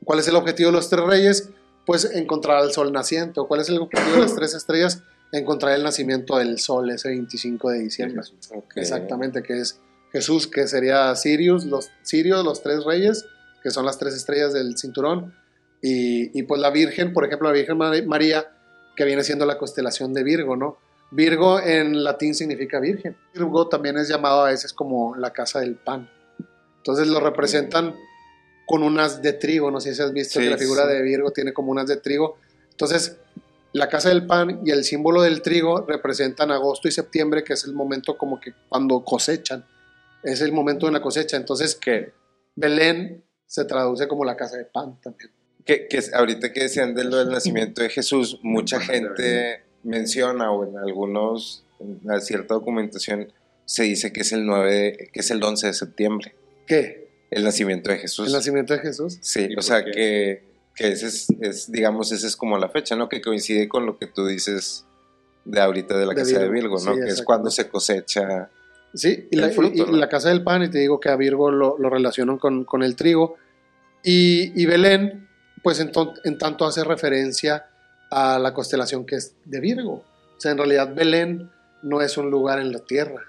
[SPEAKER 1] ¿cuál es el objetivo de los tres reyes? Pues encontrar al sol naciente. ¿O ¿Cuál es el objetivo de las tres estrellas? Encontrar el nacimiento del sol ese 25 de diciembre.
[SPEAKER 2] Ok.
[SPEAKER 1] Exactamente, que es Jesús, que sería Sirius, los Sirios, los tres reyes, que son las tres estrellas del cinturón, y, y pues la Virgen, por ejemplo, la Virgen Mar- María, que viene siendo la constelación de Virgo, ¿no? Virgo en latín significa virgen. Virgo también es llamado a veces como la casa del pan. Entonces lo representan con unas de trigo, no sé si has visto
[SPEAKER 2] Sí,
[SPEAKER 1] que la figura
[SPEAKER 2] sí.
[SPEAKER 1] de Virgo tiene como unas de trigo. Entonces, la casa del pan y el símbolo del trigo representan agosto y septiembre, que es el momento como que cuando cosechan, es el momento de la cosecha. Entonces, que Belén se traduce como la casa de pan también.
[SPEAKER 2] Que, que es- ahorita que decían de lo del nacimiento de Jesús, mucha gente menciona o en algunos, en la cierta documentación se dice que es el 9, de- que es el 11 de septiembre,
[SPEAKER 1] ¿Qué?
[SPEAKER 2] el nacimiento de Jesús.
[SPEAKER 1] ¿El nacimiento de Jesús?
[SPEAKER 2] Sí,
[SPEAKER 3] ¿Y
[SPEAKER 2] o
[SPEAKER 3] por
[SPEAKER 2] sea
[SPEAKER 3] qué?
[SPEAKER 2] que, que ese es, es, digamos, esa es como la fecha, ¿no? Que coincide con lo que tú dices de ahorita de la
[SPEAKER 1] De
[SPEAKER 2] casa de
[SPEAKER 1] Virgo,
[SPEAKER 2] Virgo, ¿no?
[SPEAKER 1] sí,
[SPEAKER 2] que es
[SPEAKER 1] exactamente.
[SPEAKER 2] cuando se cosecha.
[SPEAKER 1] Sí, y,
[SPEAKER 2] El
[SPEAKER 1] la, y-
[SPEAKER 2] fruto,
[SPEAKER 1] y
[SPEAKER 2] ¿no?
[SPEAKER 1] la casa del pan, y te digo que a Virgo lo, lo relacionan con, con el trigo. Y, y Belén, pues en, ton- en tanto hace referencia a la constelación que es de Virgo. O sea, en realidad Belén no es un lugar en la tierra.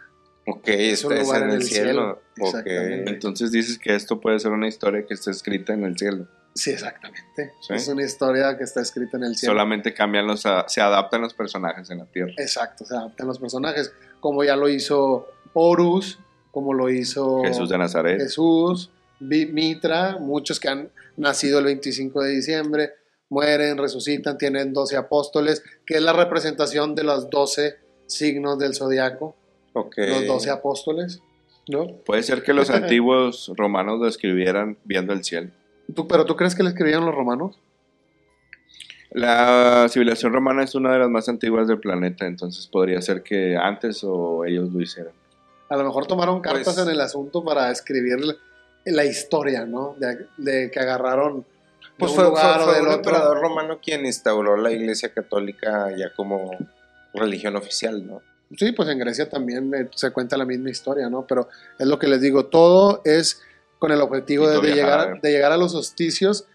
[SPEAKER 2] Ok,
[SPEAKER 1] Es un
[SPEAKER 2] está es
[SPEAKER 1] lugar
[SPEAKER 2] en el cielo. Ok.
[SPEAKER 1] exactamente.
[SPEAKER 3] Entonces dices que esto puede ser una historia que está escrita en el cielo.
[SPEAKER 1] Sí, exactamente.
[SPEAKER 3] Sí.
[SPEAKER 1] Es una historia que está escrita en el cielo.
[SPEAKER 3] Solamente cambian los, a- se adaptan los personajes en la tierra.
[SPEAKER 1] Exacto, se adaptan los personajes, como ya lo hizo Horus, como lo hizo
[SPEAKER 2] Oh.
[SPEAKER 3] Jesús de Nazaret.
[SPEAKER 1] Jesús, Vi- Mitra, muchos que han nacido el 25 de diciembre, mueren, resucitan, tienen 12 apóstoles, que es la representación de los 12 signos del zodiaco,
[SPEAKER 2] ok.
[SPEAKER 1] los 12 apóstoles, ¿no?
[SPEAKER 3] Puede ser que los antiguos romanos lo escribieran viendo el cielo.
[SPEAKER 1] ¿Tú, ¿Pero tú crees que le escribieron los romanos?
[SPEAKER 3] La civilización romana es una de las más antiguas del planeta, entonces podría ser que antes o ellos lo hicieran.
[SPEAKER 1] A lo mejor tomaron cartas
[SPEAKER 2] Pues-
[SPEAKER 1] en el asunto para escribir la- la historia, ¿no? De, de que agarraron... de
[SPEAKER 2] Pues
[SPEAKER 1] un
[SPEAKER 2] fue, fue,
[SPEAKER 1] lugar o
[SPEAKER 2] fue
[SPEAKER 1] del
[SPEAKER 2] un
[SPEAKER 1] otro.
[SPEAKER 2] emperador romano quien instauró la iglesia católica ya como religión oficial, ¿no?
[SPEAKER 1] Sí, pues en Grecia también eh, se cuenta la misma historia, ¿no? Pero es lo que les digo, todo es con el objetivo
[SPEAKER 3] Y
[SPEAKER 1] de,
[SPEAKER 3] tú
[SPEAKER 1] de
[SPEAKER 3] viajar
[SPEAKER 1] llegar,
[SPEAKER 3] a
[SPEAKER 1] a-
[SPEAKER 3] ver.
[SPEAKER 1] de llegar a los hosticios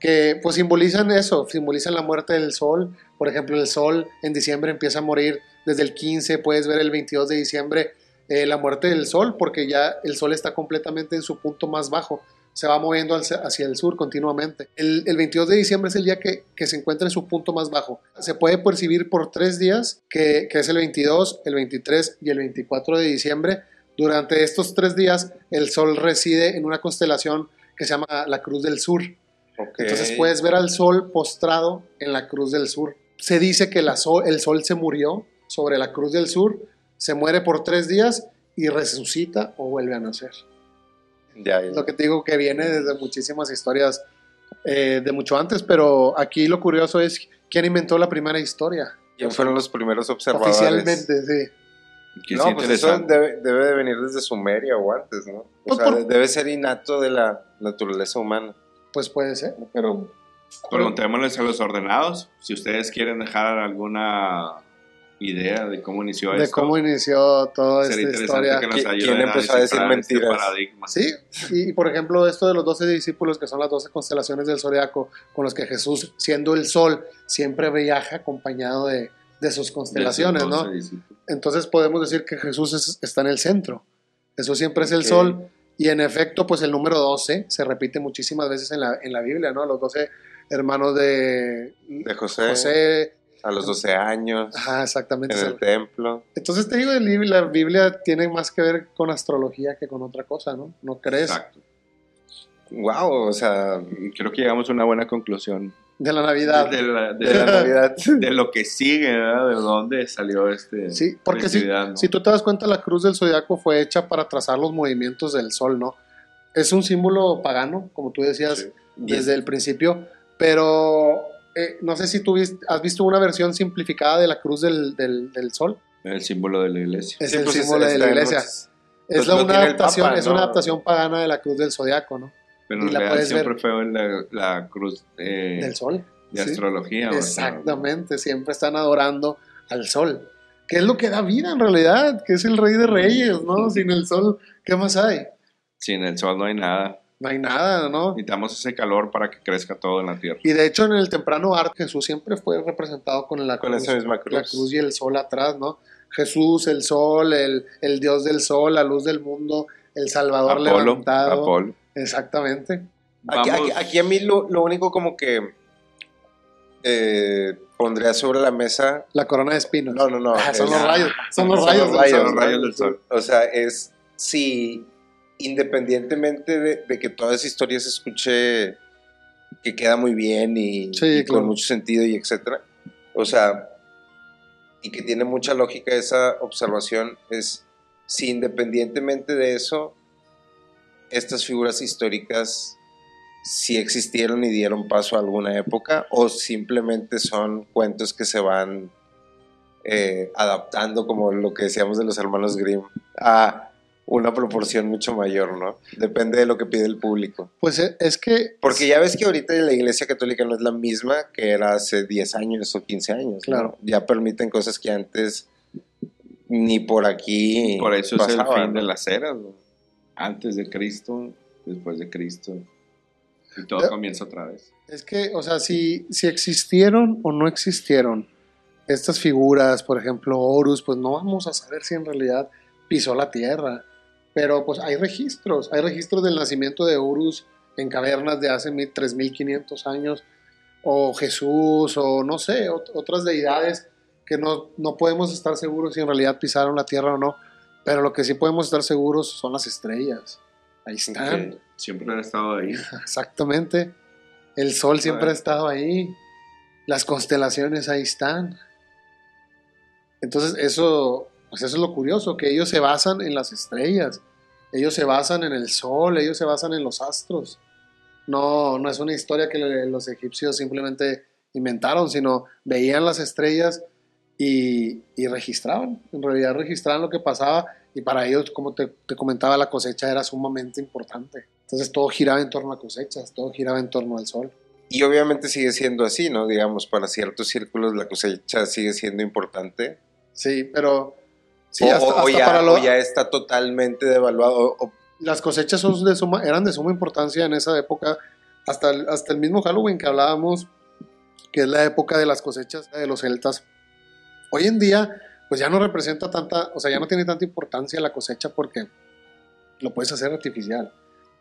[SPEAKER 1] que pues simbolizan eso, simbolizan la muerte del sol. Por ejemplo, el sol en diciembre empieza a morir desde el 15, puedes ver el 22 de diciembre eh, la muerte del sol porque ya el sol está completamente en su punto más bajo, se va moviendo al- hacia el sur continuamente. El, el 22 de diciembre es el día que, que se encuentra en su punto más bajo. Se puede percibir por tres días, que, que es el 22, el 23 y el 24 de diciembre. Durante estos tres días el sol reside en una constelación que se llama la Cruz del Sur.
[SPEAKER 2] Ok.
[SPEAKER 1] Entonces puedes ver al sol postrado en la Cruz del Sur. Se dice que la sol- el sol se murió sobre la Cruz del Sur, se muere por tres días y resucita o vuelve a nacer.
[SPEAKER 2] Ya, ya.
[SPEAKER 1] Es lo que te digo que viene desde muchísimas historias eh, de mucho antes, pero aquí lo curioso es quién inventó la primera historia.
[SPEAKER 2] ¿Quién fueron los primeros observadores?
[SPEAKER 1] Oficialmente, sí.
[SPEAKER 3] Que sí,
[SPEAKER 2] no, pues eso
[SPEAKER 3] interesante.
[SPEAKER 2] debe, debe de venir desde Sumeria o antes, ¿no? O
[SPEAKER 1] Pues
[SPEAKER 2] sea,
[SPEAKER 1] por-
[SPEAKER 2] de- debe ser innato de la naturaleza humana.
[SPEAKER 1] Pues puede ser, pero...
[SPEAKER 3] Preguntémosles a los ordenados si ustedes quieren dejar alguna idea de cómo inició
[SPEAKER 1] de
[SPEAKER 3] esto.
[SPEAKER 1] cómo inició toda
[SPEAKER 3] Sería
[SPEAKER 1] esta
[SPEAKER 3] interesante
[SPEAKER 1] historia.
[SPEAKER 3] que nos
[SPEAKER 2] ¿Qui-
[SPEAKER 3] ayuden
[SPEAKER 2] quién empezó a decir
[SPEAKER 3] descifrar este
[SPEAKER 2] mentiras?
[SPEAKER 3] paradigma.
[SPEAKER 1] Sí, y, y por ejemplo, esto de los 12 discípulos, que son las 12 constelaciones del zodiaco, con los que Jesús, siendo el sol, siempre viaja acompañado de, de sus constelaciones,
[SPEAKER 3] De sus
[SPEAKER 1] ¿no?
[SPEAKER 3] doce discípulos.
[SPEAKER 1] Entonces podemos decir que Jesús es- está en el centro. Jesús siempre es el
[SPEAKER 2] Ok.
[SPEAKER 1] sol, y en efecto, pues el número 12 se repite muchísimas veces en la, en la Biblia, ¿no? Los 12 hermanos de,
[SPEAKER 3] Eh.
[SPEAKER 2] De José,
[SPEAKER 1] José.
[SPEAKER 2] a los 12 años,
[SPEAKER 1] Ajá, exactamente.
[SPEAKER 2] en
[SPEAKER 1] se-
[SPEAKER 3] Eh.
[SPEAKER 2] el templo.
[SPEAKER 1] Entonces te digo, el lib- la Biblia tiene más que ver con astrología que con otra cosa, ¿no? ¿No crees?
[SPEAKER 3] Exacto.
[SPEAKER 2] Wow, o sea,
[SPEAKER 3] Creo que llegamos a una buena conclusión
[SPEAKER 1] De la Navidad.
[SPEAKER 3] de, la- de
[SPEAKER 2] de la
[SPEAKER 3] la-
[SPEAKER 2] Navidad.
[SPEAKER 3] de lo que sigue, ¿verdad? De dónde salió este.
[SPEAKER 1] Sí, porque si,
[SPEAKER 3] festividad, ¿no?
[SPEAKER 1] si tú te das cuenta, la cruz del zodiaco fue hecha para trazar los movimientos del sol, ¿no? Es un símbolo pagano, como tú decías
[SPEAKER 3] Sí.
[SPEAKER 1] desde el principio, pero eh, no sé si tú vis- has visto una versión simplificada de la cruz del, del- del sol.
[SPEAKER 3] El símbolo de la iglesia.
[SPEAKER 1] Es
[SPEAKER 2] Sí,
[SPEAKER 1] el
[SPEAKER 2] pues,
[SPEAKER 1] símbolo de
[SPEAKER 2] está
[SPEAKER 1] la
[SPEAKER 2] en
[SPEAKER 1] iglesia.
[SPEAKER 2] muchas-
[SPEAKER 1] Es,
[SPEAKER 2] pues,
[SPEAKER 1] la,
[SPEAKER 2] lo
[SPEAKER 1] una
[SPEAKER 2] tiene el
[SPEAKER 1] adaptación,
[SPEAKER 2] Papa,
[SPEAKER 1] es una
[SPEAKER 2] ¿no?
[SPEAKER 1] adaptación pagana de la cruz del zodiaco, ¿no?
[SPEAKER 3] Pero
[SPEAKER 1] Y
[SPEAKER 3] en
[SPEAKER 1] la
[SPEAKER 3] realidad
[SPEAKER 1] puedes
[SPEAKER 3] siempre
[SPEAKER 1] ver.
[SPEAKER 3] fue la, la cruz eh,
[SPEAKER 1] Del sol.
[SPEAKER 3] de
[SPEAKER 1] sí.
[SPEAKER 3] astrología. o sea,
[SPEAKER 1] Exactamente, siempre están adorando al sol, que es lo que da vida en realidad, que es el rey de reyes, ¿no? Sin el sol, ¿qué más hay?
[SPEAKER 3] sin el sol no hay nada.
[SPEAKER 1] No hay nada, ¿no?
[SPEAKER 3] Necesitamos ese calor para que crezca todo en la tierra.
[SPEAKER 1] Y de hecho en el temprano arte Jesús siempre fue representado con la
[SPEAKER 2] Con
[SPEAKER 1] cruz,
[SPEAKER 2] esa misma
[SPEAKER 1] la
[SPEAKER 2] cruz.
[SPEAKER 1] cruz y el sol atrás, ¿no? Jesús, el sol, el, el Dios del sol, la luz del mundo, el Salvador
[SPEAKER 3] Apolo,
[SPEAKER 1] levantado.
[SPEAKER 3] Apolo.
[SPEAKER 1] Exactamente.
[SPEAKER 2] Aquí,
[SPEAKER 3] Vamos.
[SPEAKER 2] aquí- aquí a mí lo, lo único como que eh, pondría sobre la mesa...
[SPEAKER 1] La corona de espinos.
[SPEAKER 2] No, no, no.
[SPEAKER 1] Ah, son
[SPEAKER 2] es-
[SPEAKER 1] los rayos, son los
[SPEAKER 2] Son
[SPEAKER 1] rayos,
[SPEAKER 2] los
[SPEAKER 1] del
[SPEAKER 2] rayos,
[SPEAKER 1] sol.
[SPEAKER 3] Son los rayos del sol.
[SPEAKER 2] O sea, es si independientemente de, de que toda esa historia se escuche que queda muy bien y,
[SPEAKER 1] Sí,
[SPEAKER 2] y
[SPEAKER 1] claro.
[SPEAKER 2] con mucho sentido y etcétera. O O sea, y que tiene mucha lógica esa observación, es si independientemente de eso, estas figuras históricas si existieron y dieron paso a alguna época o simplemente son cuentos que se van eh, adaptando como lo que decíamos de los hermanos Grimm a una proporción mucho mayor, ¿no? Depende de lo que pide el público.
[SPEAKER 1] Pues e- es que,
[SPEAKER 2] Porque ya ves que ahorita la iglesia católica no es la misma que era hace 10 años o 15 años. ¿no?
[SPEAKER 1] Claro.
[SPEAKER 2] Ya permiten cosas que antes ni por aquí.
[SPEAKER 3] Por eso es el
[SPEAKER 2] pasaban,
[SPEAKER 3] fin
[SPEAKER 2] ¿no?
[SPEAKER 3] de las eras, güey. Antes de Cristo, después de Cristo. Y todo
[SPEAKER 1] Ya.
[SPEAKER 3] comienza otra vez.
[SPEAKER 1] es que, o sea, si, si existieron o no existieron estas figuras, por ejemplo, Horus, pues no vamos a saber si en realidad pisó la tierra. Pero pues hay registros, hay registros del nacimiento de Horus en cavernas de hace mil- 3.500 años, o Jesús, o no sé, ot- otras deidades que no, no podemos estar seguros si en realidad pisaron la tierra o no, pero lo que sí podemos estar seguros son las estrellas. Ahí están.
[SPEAKER 3] Que Siempre han estado ahí.
[SPEAKER 1] Exactamente. El sol siempre ha estado ahí. Las constelaciones ahí están. Entonces, eso, pues eso es lo curioso, que ellos se basan en las estrellas. Ellos se basan en el sol, ellos se basan en los astros. No, no es una historia que le- los egipcios simplemente inventaron, sino veían las estrellas y, y registraban. En realidad registraban lo que pasaba y para ellos, como te, te comentaba, la cosecha era sumamente importante. Entonces todo giraba en torno a cosechas, todo giraba en torno al sol.
[SPEAKER 2] Y obviamente sigue siendo así, ¿no? Digamos, para ciertos círculos la cosecha sigue siendo importante.
[SPEAKER 1] Sí, pero sí,
[SPEAKER 2] o,
[SPEAKER 1] hasta,
[SPEAKER 2] o- o
[SPEAKER 1] hasta
[SPEAKER 2] ya,
[SPEAKER 1] para lo-
[SPEAKER 2] o ya está totalmente devaluado. o- o-
[SPEAKER 1] las cosechas son de suma- eran de suma importancia en esa época, hasta el, hasta el mismo Halloween que hablábamos, que es la época de las cosechas de los celtas. Hoy en día, pues ya no representa tanta, o sea, ya no tiene tanta importancia la cosecha porque lo puedes hacer artificial.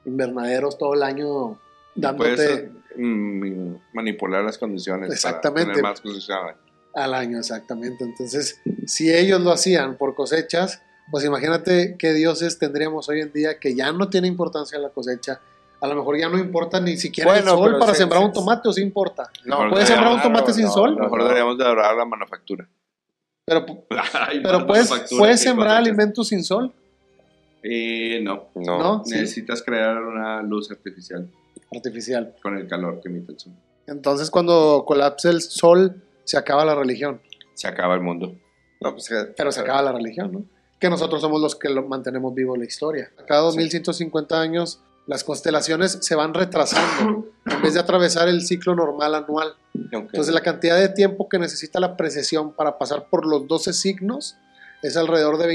[SPEAKER 1] Invernaderos todo el año dándote...
[SPEAKER 3] Puedes mm, manipular las condiciones.
[SPEAKER 1] Exactamente.
[SPEAKER 3] Para tener más condiciones.
[SPEAKER 1] al año, exactamente. Entonces, si ellos lo hacían por cosechas, pues imagínate qué dioses tendríamos hoy en día que ya no tiene importancia la cosecha. A lo mejor ya no importa ni siquiera
[SPEAKER 2] Bueno,
[SPEAKER 1] el sol
[SPEAKER 2] pero
[SPEAKER 1] para
[SPEAKER 2] se-
[SPEAKER 1] sembrar
[SPEAKER 2] se-
[SPEAKER 1] un tomate, o sí importa.
[SPEAKER 3] Mejor
[SPEAKER 1] puedes
[SPEAKER 3] deberíamos-
[SPEAKER 1] sembrar un tomate sin sol.
[SPEAKER 3] A lo mejor deberíamos de adorar la manufactura.
[SPEAKER 1] Pero,
[SPEAKER 3] Ay,
[SPEAKER 1] pero
[SPEAKER 3] la
[SPEAKER 1] puedes,
[SPEAKER 3] manufactura,
[SPEAKER 1] puedes
[SPEAKER 3] sí,
[SPEAKER 1] sembrar
[SPEAKER 3] correcto.
[SPEAKER 1] alimentos sin sol,
[SPEAKER 3] Eh, no.
[SPEAKER 2] no.
[SPEAKER 1] ¿no? Sí,
[SPEAKER 3] Necesitas crear una luz artificial
[SPEAKER 1] artificial.
[SPEAKER 3] con el calor que emite el sol.
[SPEAKER 1] Entonces, cuando colapse el sol, se acaba la religión.
[SPEAKER 3] Se acaba el mundo.
[SPEAKER 2] No, pues, eh,
[SPEAKER 1] Pero se acaba la religión, ¿no? Que nosotros somos los que lo mantenemos vivo la historia. Cada 2150 años las constelaciones se van retrasando en vez de atravesar el ciclo normal anual.
[SPEAKER 2] aunque-
[SPEAKER 1] Entonces la cantidad de tiempo que necesita la precesión para pasar por los 12 signos es alrededor de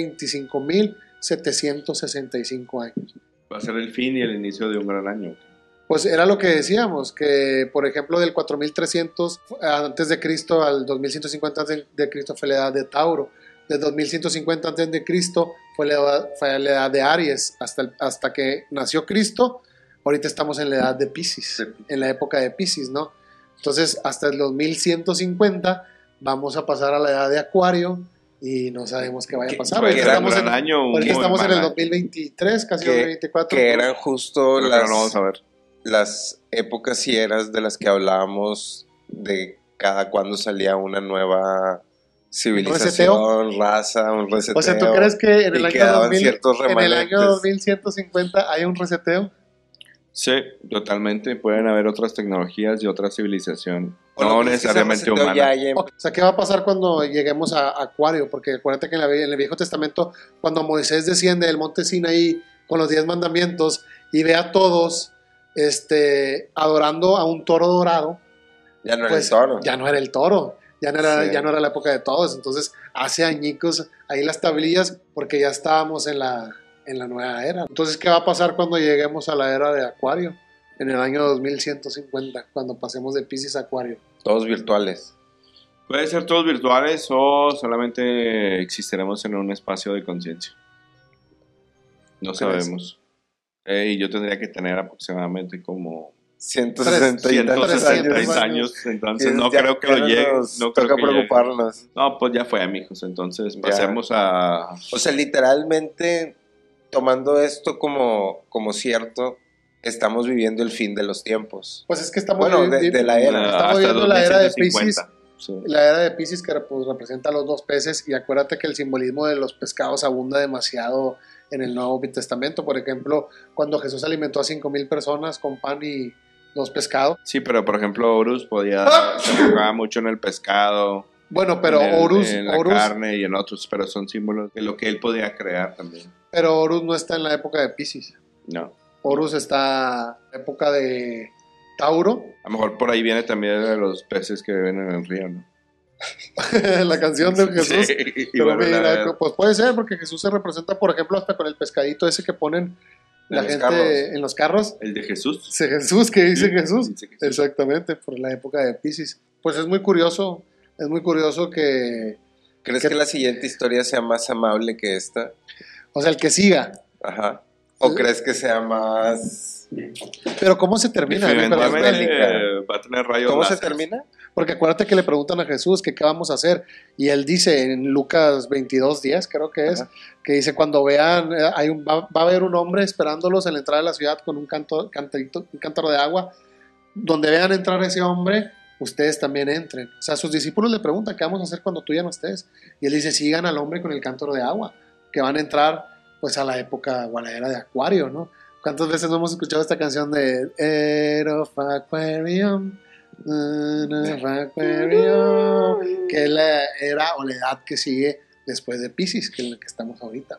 [SPEAKER 1] 25.765 años.
[SPEAKER 3] Va a ser el fin y el inicio de un gran año.
[SPEAKER 1] Pues era lo que decíamos, que por ejemplo del 4300 antes de Cristo al 2150 antes de Cristo fue la edad de Tauro, del 2150 antes de Cristo fue la edad, fue la edad de Aries, hasta, el- hasta que nació Cristo, ahorita estamos en la edad de Pisces,
[SPEAKER 3] Sí.
[SPEAKER 1] en la época de Pisces, ¿no? Entonces hasta el 2150 vamos a pasar a la edad de Acuario y no sabemos qué vaya a
[SPEAKER 3] Que-
[SPEAKER 1] pasar.
[SPEAKER 3] puede
[SPEAKER 1] Ahorita
[SPEAKER 3] ser un
[SPEAKER 1] estamos
[SPEAKER 3] gran
[SPEAKER 1] en,
[SPEAKER 3] año, un
[SPEAKER 1] ahorita
[SPEAKER 3] muy
[SPEAKER 1] estamos en
[SPEAKER 3] mal
[SPEAKER 1] el
[SPEAKER 3] año.
[SPEAKER 1] 2023, casi
[SPEAKER 2] Que-
[SPEAKER 1] 2024.
[SPEAKER 2] que eran justo
[SPEAKER 3] Pero que no
[SPEAKER 2] las,
[SPEAKER 3] lo vamos a ver.
[SPEAKER 2] las épocas y eras de las que hablábamos de cada cuando salía una nueva civilización, raza, un reseteo.
[SPEAKER 1] O sea, ¿tú crees que en el
[SPEAKER 2] y
[SPEAKER 1] año,
[SPEAKER 2] quedaban
[SPEAKER 1] 2000,
[SPEAKER 2] ciertos
[SPEAKER 1] en el año
[SPEAKER 2] remanentes.
[SPEAKER 1] 2150 hay un reseteo?
[SPEAKER 3] Sí, totalmente. Pueden haber otras tecnologías y otra civilización.
[SPEAKER 2] O
[SPEAKER 3] no
[SPEAKER 1] pues,
[SPEAKER 2] crees que ese
[SPEAKER 3] necesariamente
[SPEAKER 2] reseteo
[SPEAKER 3] humana.
[SPEAKER 2] ya haya em-
[SPEAKER 1] O sea, ¿qué va a pasar cuando lleguemos a Acuario? Porque acuérdate que en, la Biblia- en el Viejo Testamento, cuando Moisés desciende del monte Sinaí con los diez mandamientos y ve a todos este, adorando a un toro dorado,
[SPEAKER 2] ya no era
[SPEAKER 1] pues
[SPEAKER 2] el toro.
[SPEAKER 1] ya no era el toro, ya no era,
[SPEAKER 2] Sí.
[SPEAKER 1] ya no era la época de todos. Entonces, hace añicos ahí las tablillas porque ya estábamos en la, en la nueva era. Entonces, ¿qué va a pasar cuando lleguemos a la era de Acuario? En el año 2150, cuando pasemos de Pisces a Acuario.
[SPEAKER 2] Todos virtuales.
[SPEAKER 3] Puede ser todos virtuales o solamente existiremos en un espacio de conciencia. No
[SPEAKER 1] crees?
[SPEAKER 3] sabemos. Eh, y yo tendría que tener aproximadamente como
[SPEAKER 2] 160 y tantos
[SPEAKER 3] 163
[SPEAKER 1] años.
[SPEAKER 2] años.
[SPEAKER 3] años. Entonces no
[SPEAKER 2] Ya-
[SPEAKER 3] creo que
[SPEAKER 2] ya
[SPEAKER 3] lo llegue.
[SPEAKER 2] nos
[SPEAKER 3] No creo
[SPEAKER 2] toca
[SPEAKER 3] que llegue.
[SPEAKER 2] preocuparnos.
[SPEAKER 3] No, pues ya fue, amigos. Entonces
[SPEAKER 2] Ya.
[SPEAKER 3] pasemos a.
[SPEAKER 2] O sea, literalmente, tomando esto como, como cierto, estamos viviendo el fin de los tiempos.
[SPEAKER 1] Pues es que estamos
[SPEAKER 2] Bueno, de,
[SPEAKER 1] vivi-
[SPEAKER 3] Ah,
[SPEAKER 2] de la era.
[SPEAKER 1] Estamos viviendo la era de Piscis.
[SPEAKER 2] Sí.
[SPEAKER 1] La era de Pisces que pues, representa a los dos peces y acuérdate que el simbolismo de los pescados abunda demasiado en el Nuevo Testamento. Por ejemplo, cuando Jesús alimentó a 5.000 personas con pan y dos pescados.
[SPEAKER 3] Sí, pero por ejemplo, Horus podía.
[SPEAKER 1] ¡Ah!
[SPEAKER 3] Se enfocaba mucho en el pescado.
[SPEAKER 1] Bueno, pero
[SPEAKER 3] en el-
[SPEAKER 1] Horus,
[SPEAKER 3] En la
[SPEAKER 1] Horus-
[SPEAKER 3] carne y en otros, pero son símbolos de lo que él podía crear también.
[SPEAKER 1] pero Horus no está en la época de Pisces.
[SPEAKER 3] No.
[SPEAKER 1] Horus está en la época de Tauro,
[SPEAKER 3] A lo mejor por ahí viene también de los peces que viven en el río, ¿no?
[SPEAKER 1] la canción de Jesús.
[SPEAKER 3] Sí, y
[SPEAKER 1] Pero
[SPEAKER 3] vuelven a
[SPEAKER 1] mira,
[SPEAKER 3] ver
[SPEAKER 1] pues puede ser, porque Jesús se representa, por ejemplo, hasta con el pescadito ese que ponen
[SPEAKER 3] En
[SPEAKER 1] la
[SPEAKER 3] los
[SPEAKER 1] gente
[SPEAKER 3] carros.
[SPEAKER 1] en los carros.
[SPEAKER 3] El de Jesús.
[SPEAKER 1] Ese Jesús, que dice Jesús?
[SPEAKER 3] Dice Jesús.
[SPEAKER 1] Exactamente, por la época de Pisces. Pues es muy curioso, es muy curioso que,
[SPEAKER 2] ¿Crees
[SPEAKER 1] ¿Qué-
[SPEAKER 2] que la siguiente historia sea más amable que esta?
[SPEAKER 1] o sea, el que siga.
[SPEAKER 2] Ajá. ¿O
[SPEAKER 1] Sí.
[SPEAKER 2] crees que sea más...
[SPEAKER 1] Pero ¿cómo se termina?
[SPEAKER 2] Diferente,
[SPEAKER 1] Nicolás?
[SPEAKER 2] ¿no?
[SPEAKER 3] Definitivamente,
[SPEAKER 2] bélica.
[SPEAKER 3] eh, va a tener rayos
[SPEAKER 2] ¿Cómo se
[SPEAKER 3] láser.
[SPEAKER 2] termina?
[SPEAKER 1] Porque acuérdate que le preguntan a Jesús que qué vamos a hacer. Y él dice en Lucas 22, 10, creo que es,
[SPEAKER 2] Ajá.
[SPEAKER 1] que dice, cuando vean, eh, hay un, va, va a haber un hombre esperándolos en la entrada de la ciudad con un, canto, cantarito- un cántaro de agua. Donde vean entrar ese hombre, ustedes también entren. O sea, sus discípulos le preguntan, ¿qué vamos a hacer cuando tú ya no estés? Y él dice, sigan al hombre con el cántaro de agua, que van a entrar pues a la época o a la era de Acuario, ¿no? ¿Cuántas veces no hemos escuchado esta canción de Era of Aquarium? na, na, of Aquarium, que es la era o la edad que sigue después de Pisces, que es la que estamos ahorita.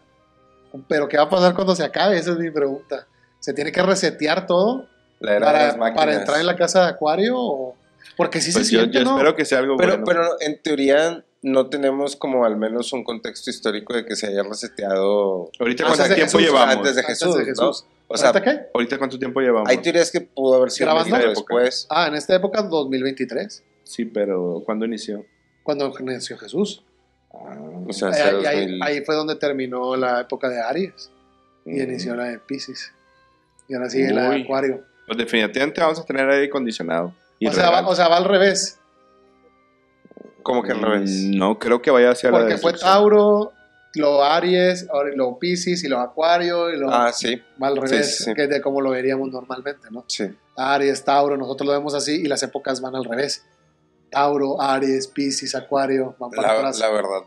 [SPEAKER 1] Pero ¿qué va a pasar cuando se acabe? Esa es mi pregunta. ¿Se tiene que resetear todo
[SPEAKER 2] La era de las
[SPEAKER 1] para,
[SPEAKER 2] máquinas.
[SPEAKER 1] para entrar en la casa de Acuario? o- Porque sí
[SPEAKER 3] Pues
[SPEAKER 1] se
[SPEAKER 3] yo,
[SPEAKER 1] siente,
[SPEAKER 3] yo
[SPEAKER 1] ¿no?
[SPEAKER 3] espero que sea algo
[SPEAKER 2] Pero,
[SPEAKER 3] bueno.
[SPEAKER 2] pero en teoría no tenemos como al menos un contexto histórico de que se haya reseteado
[SPEAKER 3] Ahorita
[SPEAKER 2] Antes
[SPEAKER 3] cuánto
[SPEAKER 2] de
[SPEAKER 3] tiempo
[SPEAKER 2] Jesús,
[SPEAKER 3] llevamos.
[SPEAKER 2] antes de
[SPEAKER 1] Antes
[SPEAKER 2] Jesús,
[SPEAKER 1] de
[SPEAKER 2] ¿no?
[SPEAKER 1] Jesús.
[SPEAKER 2] O sea,
[SPEAKER 1] ¿Ahorita qué?
[SPEAKER 3] Ahorita cuánto tiempo llevamos.
[SPEAKER 2] hay teorías que pudo haber sido
[SPEAKER 1] ¿Grabando?
[SPEAKER 2] mucho después.
[SPEAKER 1] Ah, en esta época 2023,
[SPEAKER 3] Sí, pero ¿cuándo inició?
[SPEAKER 1] cuando nació Jesús.
[SPEAKER 2] O sea,
[SPEAKER 3] Pues
[SPEAKER 1] Ahí,
[SPEAKER 2] hacia
[SPEAKER 1] ahí-
[SPEAKER 2] 2000.
[SPEAKER 1] ahí fue donde terminó la época de Aries y
[SPEAKER 3] Mm.
[SPEAKER 1] inició la de Pisces. Y ahora sigue la
[SPEAKER 3] Uy.
[SPEAKER 1] de Acuario.
[SPEAKER 3] Pues definitivamente vamos a tener aire acondicionado. y
[SPEAKER 1] O sea, va,
[SPEAKER 3] regalo.
[SPEAKER 1] o sea, va al revés.
[SPEAKER 2] como que al revés.
[SPEAKER 3] Mm, No, creo que vaya hacia la
[SPEAKER 1] Porque fue
[SPEAKER 3] destrucción.
[SPEAKER 1] Tauro, lo Aries, ahora lo Pisces y lo Acuario y lo
[SPEAKER 2] Ah, sí,
[SPEAKER 1] va al revés,
[SPEAKER 2] sí, sí.
[SPEAKER 1] que es de como lo veríamos normalmente, ¿no?
[SPEAKER 2] sí.
[SPEAKER 1] Aries, Tauro, nosotros lo vemos así y las épocas van al revés. Tauro, Aries, Pisces, Acuario, van para
[SPEAKER 2] La,
[SPEAKER 1] atrás.
[SPEAKER 2] la verdad.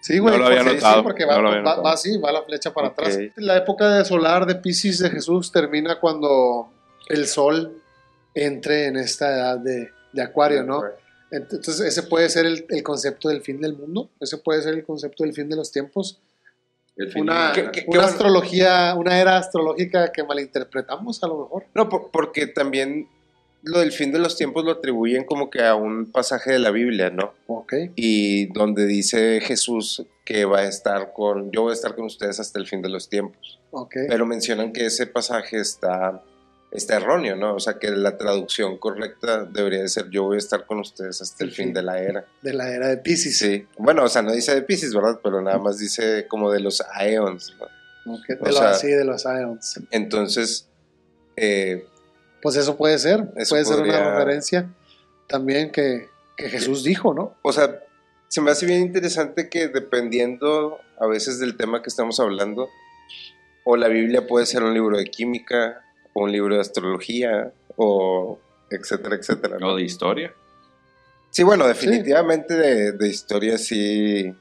[SPEAKER 1] Sí, güey,
[SPEAKER 3] No lo había
[SPEAKER 1] porque-
[SPEAKER 3] notado,
[SPEAKER 1] sí, porque va,
[SPEAKER 3] no lo había
[SPEAKER 1] va-
[SPEAKER 3] notado.
[SPEAKER 1] va así, va la flecha para
[SPEAKER 3] Ok.
[SPEAKER 1] atrás. La época de solar de Pisces de Jesús termina cuando el sol entre en esta edad de, de Acuario, ¿no? Ent- Entonces, ese puede ser el, el concepto del fin del mundo, ese puede ser el concepto del fin de los tiempos.
[SPEAKER 3] El fin
[SPEAKER 1] Una,
[SPEAKER 3] de-
[SPEAKER 2] ¿Qué- qué-
[SPEAKER 1] una
[SPEAKER 2] bueno.
[SPEAKER 1] astrología, una era astrológica que malinterpretamos a lo mejor.
[SPEAKER 2] No, por- porque también lo del fin de los tiempos lo atribuyen como que a un pasaje de la Biblia, ¿no?
[SPEAKER 1] Ok.
[SPEAKER 2] Y donde dice Jesús que va a estar con, yo voy a estar con ustedes hasta el fin de los tiempos.
[SPEAKER 1] Ok.
[SPEAKER 2] Pero mencionan que ese pasaje está, está erróneo, ¿no? O sea, que la traducción correcta debería de ser, yo voy a estar con ustedes hasta el
[SPEAKER 1] Sí,
[SPEAKER 2] fin
[SPEAKER 1] sí.
[SPEAKER 2] de la era.
[SPEAKER 1] De la era de Pisces.
[SPEAKER 2] Sí, bueno, o sea, no dice de Pisces, ¿verdad? Pero nada más dice como de los Aeons. ¿no?
[SPEAKER 1] Ok, De
[SPEAKER 2] O
[SPEAKER 1] los
[SPEAKER 2] sea-
[SPEAKER 1] así, de los Ions.
[SPEAKER 2] Entonces, eh,
[SPEAKER 1] Pues eso puede ser,
[SPEAKER 2] Eso
[SPEAKER 1] puede ser una
[SPEAKER 2] podría-
[SPEAKER 1] referencia también que, que Jesús dijo, ¿no?
[SPEAKER 2] o sea, se me hace bien interesante que dependiendo a veces del tema que estamos hablando, o la Biblia puede ser un libro de química, o un libro de astrología, o etcétera, etcétera. ¿no?
[SPEAKER 3] No, de historia.
[SPEAKER 2] Sí, bueno, definitivamente De, de historia sí.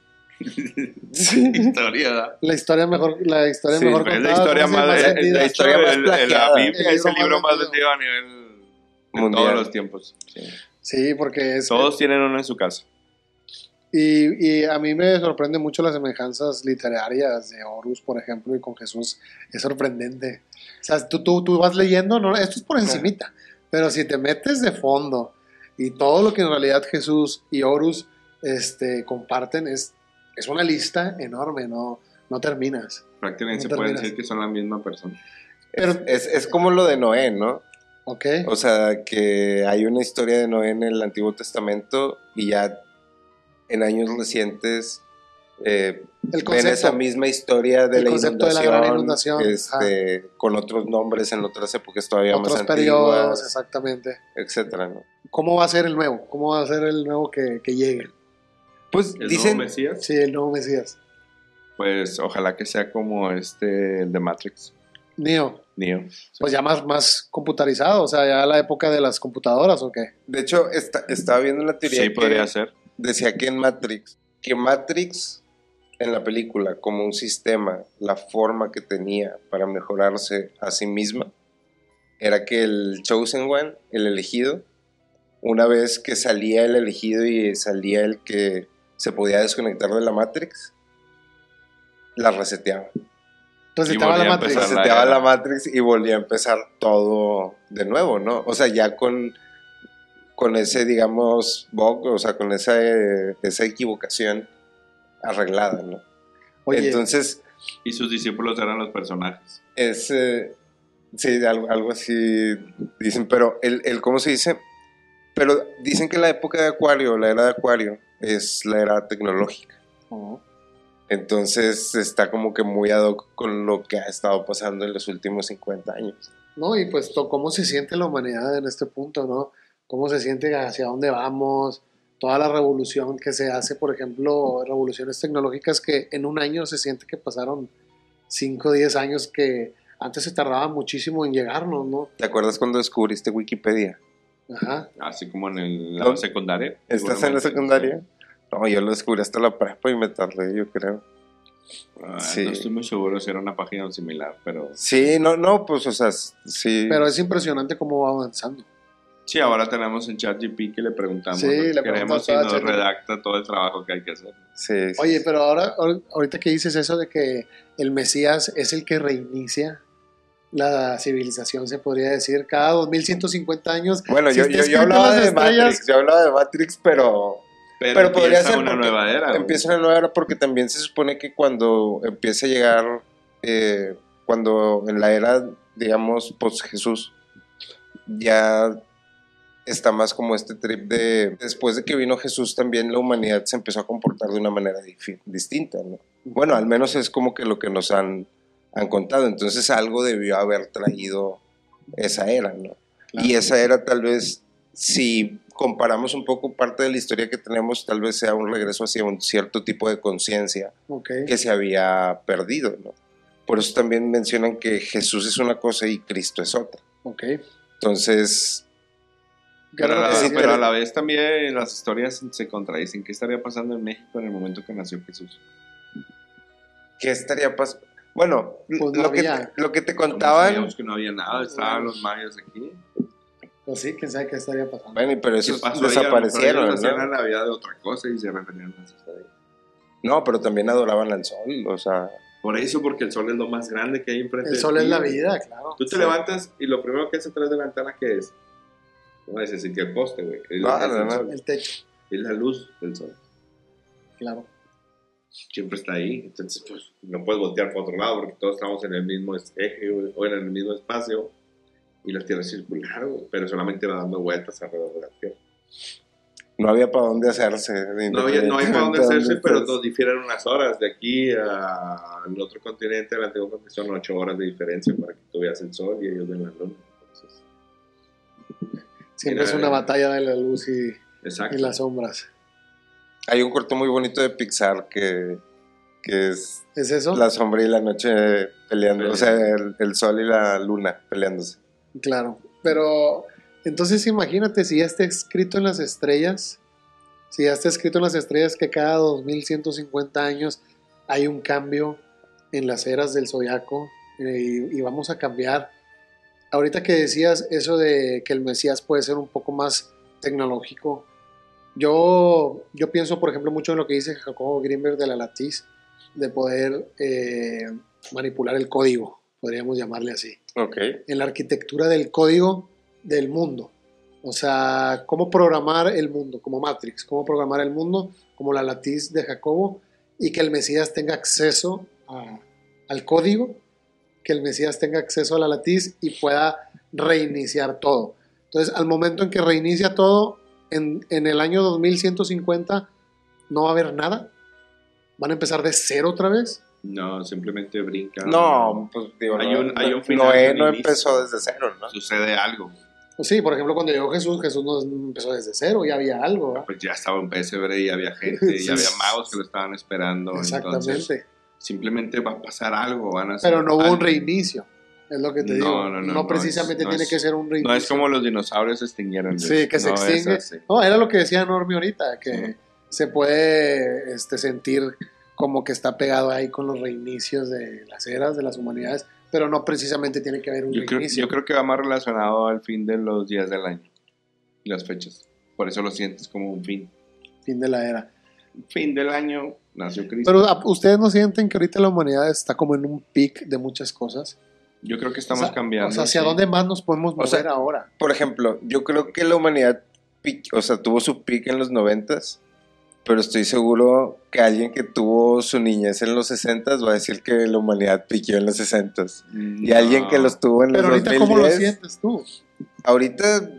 [SPEAKER 3] historia, ¿verdad?
[SPEAKER 1] La historia mejor, la historia
[SPEAKER 2] Sí,
[SPEAKER 1] mejor
[SPEAKER 3] Pero es la
[SPEAKER 1] contada,
[SPEAKER 3] historia
[SPEAKER 1] ¿cómo se
[SPEAKER 3] más,
[SPEAKER 1] llama?
[SPEAKER 3] es la
[SPEAKER 1] Vendida.
[SPEAKER 3] historia
[SPEAKER 2] historia
[SPEAKER 3] el-
[SPEAKER 2] más
[SPEAKER 3] el- la
[SPEAKER 2] plagiada.
[SPEAKER 3] Biblia
[SPEAKER 1] El
[SPEAKER 3] es el
[SPEAKER 1] libro
[SPEAKER 3] libro
[SPEAKER 1] más
[SPEAKER 3] más vendido a nivel de
[SPEAKER 2] Mundial.
[SPEAKER 3] todos los tiempos.
[SPEAKER 1] Sí, porque es...
[SPEAKER 3] Todos tienen uno en su casa.
[SPEAKER 1] Y, y a mí me sorprende mucho las semejanzas literarias de Horus, por ejemplo, y con Jesús. Es sorprendente. O sea, tú, tú, tú vas leyendo, no, esto es por encimita, pero si te metes de fondo y todo lo que en realidad Jesús y Horus este, comparten es, es una lista enorme, no, no terminas.
[SPEAKER 3] Prácticamente
[SPEAKER 1] No
[SPEAKER 3] se pueden
[SPEAKER 1] terminas.
[SPEAKER 3] decir que son la misma persona.
[SPEAKER 1] Pero-
[SPEAKER 2] Es, es como lo de Noé, ¿no?
[SPEAKER 1] ¿Ok?
[SPEAKER 2] O sea, que hay una historia de Noé en el Antiguo Testamento y ya en años recientes eh,
[SPEAKER 1] El
[SPEAKER 2] ven esa
[SPEAKER 1] concepto.
[SPEAKER 2] misma historia de
[SPEAKER 1] El
[SPEAKER 2] la
[SPEAKER 1] concepto
[SPEAKER 2] inundación,
[SPEAKER 1] de la gran inundación,
[SPEAKER 2] este, con otros nombres en otras épocas todavía
[SPEAKER 1] Otros
[SPEAKER 2] más
[SPEAKER 1] periodos,
[SPEAKER 2] antiguas,
[SPEAKER 1] exactamente.
[SPEAKER 2] etcétera, ¿no?
[SPEAKER 1] ¿Cómo va a ser el nuevo? ¿Cómo va a ser el nuevo que, que llegue?
[SPEAKER 2] Pues
[SPEAKER 3] ¿El nuevo
[SPEAKER 2] dicen,
[SPEAKER 3] Mesías?
[SPEAKER 1] Sí, el nuevo Mesías.
[SPEAKER 3] Pues ojalá que sea como este, el de Matrix.
[SPEAKER 1] Neo.
[SPEAKER 3] Neo.
[SPEAKER 1] Pues ya más, más computarizado, o sea, ya la época de las computadoras o qué.
[SPEAKER 2] De hecho, está- estaba viendo la teoría
[SPEAKER 3] Sí,
[SPEAKER 2] que
[SPEAKER 3] podría ser.
[SPEAKER 2] decía que en Matrix, que Matrix en la película, como un sistema, la forma que tenía para mejorarse a sí misma, era que el Chosen One, el elegido, una vez que salía el elegido y salía el que se podía desconectar de la Matrix, la reseteaba.
[SPEAKER 1] Reseteaba la
[SPEAKER 3] volvía a
[SPEAKER 1] matriz.
[SPEAKER 3] empezar.
[SPEAKER 2] Reseteaba
[SPEAKER 3] era.
[SPEAKER 2] la Matrix y volvía a empezar todo de nuevo, ¿no? O sea, ya con, con ese, digamos, bug, o sea, con esa, eh, esa equivocación arreglada, ¿no?
[SPEAKER 1] Oye,
[SPEAKER 2] Entonces,
[SPEAKER 3] Y sus discípulos eran los personajes.
[SPEAKER 2] es. eh, sí, algo, algo así dicen, pero el, el- ¿Cómo se dice? Pero dicen que la época de Acuario, la era de Acuario, es la era tecnológica.
[SPEAKER 1] Ujú.
[SPEAKER 2] Entonces está como que muy ad hoc con lo que ha estado pasando en los últimos 50 años.
[SPEAKER 1] No, y pues to- cómo se siente la humanidad en este punto, ¿no? Cómo se siente hacia dónde vamos, toda la revolución que se hace, por ejemplo, revoluciones tecnológicas que en un año se siente que pasaron 5 o 10 años que antes se tardaba muchísimo en llegarnos, ¿no?
[SPEAKER 2] ¿Te acuerdas cuando descubriste Wikipedia?
[SPEAKER 1] Ajá.
[SPEAKER 3] Así como en el- la
[SPEAKER 2] ¿Dónde?
[SPEAKER 3] secundaria.
[SPEAKER 2] ¿Estás en la
[SPEAKER 3] seguramente.
[SPEAKER 2] secundaria? No, yo lo descubrí hasta la prepa y me tardé, yo creo.
[SPEAKER 3] Ah,
[SPEAKER 2] Sí.
[SPEAKER 3] No estoy muy seguro si era una página similar, pero
[SPEAKER 2] Sí, no, no, pues, o sea, s- sí.
[SPEAKER 1] Pero es impresionante cómo va avanzando.
[SPEAKER 3] sí, ahora tenemos en ChatGPT que le preguntamos
[SPEAKER 1] Sí,
[SPEAKER 3] lo que
[SPEAKER 1] le
[SPEAKER 3] queremos
[SPEAKER 1] preguntamos
[SPEAKER 3] y
[SPEAKER 1] a
[SPEAKER 3] nos
[SPEAKER 1] ChatGPT.
[SPEAKER 3] redacta todo el trabajo que hay que hacer.
[SPEAKER 2] sí, sí.
[SPEAKER 1] Oye, pero ahora, ahor- ahorita que dices eso de que el Mesías es el que reinicia la civilización, se podría decir, cada 2150 años.
[SPEAKER 2] bueno,
[SPEAKER 1] si
[SPEAKER 2] yo,
[SPEAKER 1] está
[SPEAKER 2] yo, yo
[SPEAKER 1] escrito en
[SPEAKER 2] hablaba
[SPEAKER 1] las
[SPEAKER 2] de
[SPEAKER 1] estrellas-
[SPEAKER 2] Matrix, yo hablaba de Matrix, pero
[SPEAKER 3] Pero,
[SPEAKER 2] Pero podría
[SPEAKER 3] empieza
[SPEAKER 2] ser
[SPEAKER 3] una
[SPEAKER 2] porque
[SPEAKER 3] nueva era. güey.
[SPEAKER 2] empieza una nueva era porque también se supone que cuando empieza a llegar, eh, cuando en la era, digamos, post Jesús, ya está más como este trip de después de que vino Jesús también la humanidad se empezó a comportar de una manera difi- distinta, ¿no? Bueno, al menos es como que lo que nos han, han contado, entonces algo debió haber traído esa era, ¿no?
[SPEAKER 1] Claro.
[SPEAKER 2] Y esa era tal vez, si comparamos un poco parte de la historia que tenemos, tal vez sea un regreso hacia un cierto tipo de conciencia
[SPEAKER 1] Ok.
[SPEAKER 2] que se había perdido, ¿no? Por eso también mencionan que Jesús es una cosa y Cristo es otra.
[SPEAKER 1] Ok.
[SPEAKER 2] Entonces,
[SPEAKER 1] Yo
[SPEAKER 3] Pero,
[SPEAKER 1] creo
[SPEAKER 3] a la-
[SPEAKER 1] que sí,
[SPEAKER 3] pero a la vez también las historias se contradicen. ¿Qué estaría pasando en México en el momento que nació Jesús?
[SPEAKER 2] ¿qué estaría pasando? Bueno,
[SPEAKER 1] pues, no
[SPEAKER 2] lo, que
[SPEAKER 1] había.
[SPEAKER 2] te, lo que te
[SPEAKER 3] Como
[SPEAKER 2] contaban...
[SPEAKER 3] sabíamos que no había nada, estaban los mayas aquí.
[SPEAKER 1] Pues sí, quién sabe qué estaría pasando.
[SPEAKER 2] Bueno, pero
[SPEAKER 3] ¿Qué
[SPEAKER 2] esos
[SPEAKER 3] pasó ahí? A lo mejor
[SPEAKER 2] desaparecieron,
[SPEAKER 3] ellos
[SPEAKER 2] ¿no?
[SPEAKER 3] hacían la vida de otra cosa y se referían a las historias.
[SPEAKER 2] No, pero también adoraban al sol, o sea...
[SPEAKER 3] Por eso, porque el sol es lo más grande que hay enfrente.
[SPEAKER 1] El
[SPEAKER 3] de
[SPEAKER 1] sol
[SPEAKER 3] ti,
[SPEAKER 1] es la
[SPEAKER 3] güey.
[SPEAKER 1] vida, claro.
[SPEAKER 3] Tú te levantas y lo primero que es atrás de la ventana, ¿qué es? No, ese sí que el poste, güey. Es lo
[SPEAKER 2] No,
[SPEAKER 3] que
[SPEAKER 1] Ah,
[SPEAKER 3] hace
[SPEAKER 2] no,
[SPEAKER 3] el
[SPEAKER 2] no.
[SPEAKER 3] sol.
[SPEAKER 1] El techo,
[SPEAKER 3] Es la luz del sol.
[SPEAKER 1] claro.
[SPEAKER 3] Siempre está ahí. Entonces, pues, no puedes voltear para otro lado porque todos estamos en el mismo es- eje güey, o en el mismo espacio. Y la Tierra es circular, güey, pero solamente va dando vueltas alrededor de la Tierra.
[SPEAKER 2] No había para dónde hacerse.
[SPEAKER 3] No, había- no hay para dónde hacerse,
[SPEAKER 2] Entonces,
[SPEAKER 3] pero nos difieren unas horas. De aquí a- al otro continente, del antiguo continente, son ocho horas de diferencia para que tú veas el sol y ellos ven la luna. Entonces,
[SPEAKER 1] Siempre
[SPEAKER 3] Mira,
[SPEAKER 1] es una
[SPEAKER 3] eh.
[SPEAKER 1] batalla de la luz y,
[SPEAKER 3] exacto.
[SPEAKER 1] y las sombras.
[SPEAKER 2] Hay un corto muy bonito de Pixar que, que es
[SPEAKER 1] ¿Es eso?
[SPEAKER 2] la sombra y la noche peleando,
[SPEAKER 3] Peleando.
[SPEAKER 2] o sea, el, el sol y la luna peleándose.
[SPEAKER 1] Claro. Pero entonces imagínate si ya está escrito en las estrellas, si ya está escrito en las estrellas que cada 2150 años hay un cambio en las eras del zodiaco eh, y, y vamos a cambiar. Ahorita que decías eso de que el Mesías puede ser un poco más tecnológico, yo, yo pienso, por ejemplo, mucho en lo que dice Jacobo Grimberg de la Latiz, de poder eh, manipular el código, podríamos llamarle así
[SPEAKER 2] Ok.
[SPEAKER 1] en la arquitectura del código del mundo. O sea, cómo programar el mundo, como Matrix, cómo programar el mundo, como la latiz de Jacobo, y que el Mesías tenga acceso a- al código, que el Mesías tenga acceso a la latiz y pueda reiniciar todo. Entonces, al momento en que reinicia todo, en, en el año 2150 no va a haber nada. Van a empezar de cero otra vez.
[SPEAKER 3] No, simplemente brinca.
[SPEAKER 2] No, pues digo,
[SPEAKER 3] Hay
[SPEAKER 2] no,
[SPEAKER 3] un- hay un
[SPEAKER 2] no-
[SPEAKER 3] final
[SPEAKER 2] Noé
[SPEAKER 3] y un
[SPEAKER 2] no
[SPEAKER 3] inicio.
[SPEAKER 2] empezó desde cero, ¿no?
[SPEAKER 3] Sucede algo.
[SPEAKER 1] Pues sí, por ejemplo, cuando llegó Jesús, Jesús no empezó desde cero, ya había algo. ¿verdad?
[SPEAKER 3] Pues ya estaba un pesebre y había gente y
[SPEAKER 1] Sí.
[SPEAKER 3] había magos que lo estaban esperando.
[SPEAKER 1] Exactamente.
[SPEAKER 3] Entonces, simplemente va a pasar algo. Van a hacer
[SPEAKER 1] pero no hubo
[SPEAKER 3] algo.
[SPEAKER 1] un reinicio. Es lo que te
[SPEAKER 3] No,
[SPEAKER 1] digo.
[SPEAKER 3] no,
[SPEAKER 1] No,
[SPEAKER 3] no, no
[SPEAKER 1] precisamente
[SPEAKER 3] es- no
[SPEAKER 1] tiene
[SPEAKER 3] es-
[SPEAKER 1] que ser un
[SPEAKER 3] No es
[SPEAKER 1] reinicio.
[SPEAKER 3] como los dinosaurios se extinguieron.
[SPEAKER 1] Sí, que se
[SPEAKER 3] No es
[SPEAKER 1] extingue.
[SPEAKER 3] así.
[SPEAKER 1] No, era lo que decía Normi ahorita, que
[SPEAKER 3] Ujú.
[SPEAKER 1] se puede este, sentir como que está pegado ahí con los reinicios de las eras, de las humanidades, pero no precisamente tiene que haber un
[SPEAKER 3] Yo creo,
[SPEAKER 1] reinicio.
[SPEAKER 3] yo creo que va más relacionado al fin de los días del año y las fechas. Por eso lo sientes como un fin.
[SPEAKER 1] Fin de la era.
[SPEAKER 3] Fin del año nació Cristo.
[SPEAKER 1] Pero ¿a- ustedes no sienten que ahorita la humanidad está como en un pic de muchas cosas.
[SPEAKER 3] Yo creo que estamos
[SPEAKER 1] O sea,
[SPEAKER 3] cambiando.
[SPEAKER 1] O sea, ¿hacia
[SPEAKER 3] sí.
[SPEAKER 1] dónde más nos podemos
[SPEAKER 2] O
[SPEAKER 1] mover
[SPEAKER 2] sea,
[SPEAKER 1] ahora?
[SPEAKER 2] Por ejemplo, yo creo que la humanidad, pic- o sea, tuvo su pico en los noventas, pero estoy seguro que alguien que tuvo su niñez en los sesentas va a decir que la humanidad piqueó en los sesentas. Y
[SPEAKER 3] Mm, No.
[SPEAKER 2] alguien que los tuvo en los
[SPEAKER 1] Pero ahorita,
[SPEAKER 2] 2010,
[SPEAKER 1] ¿cómo lo sientes tú?
[SPEAKER 2] ahorita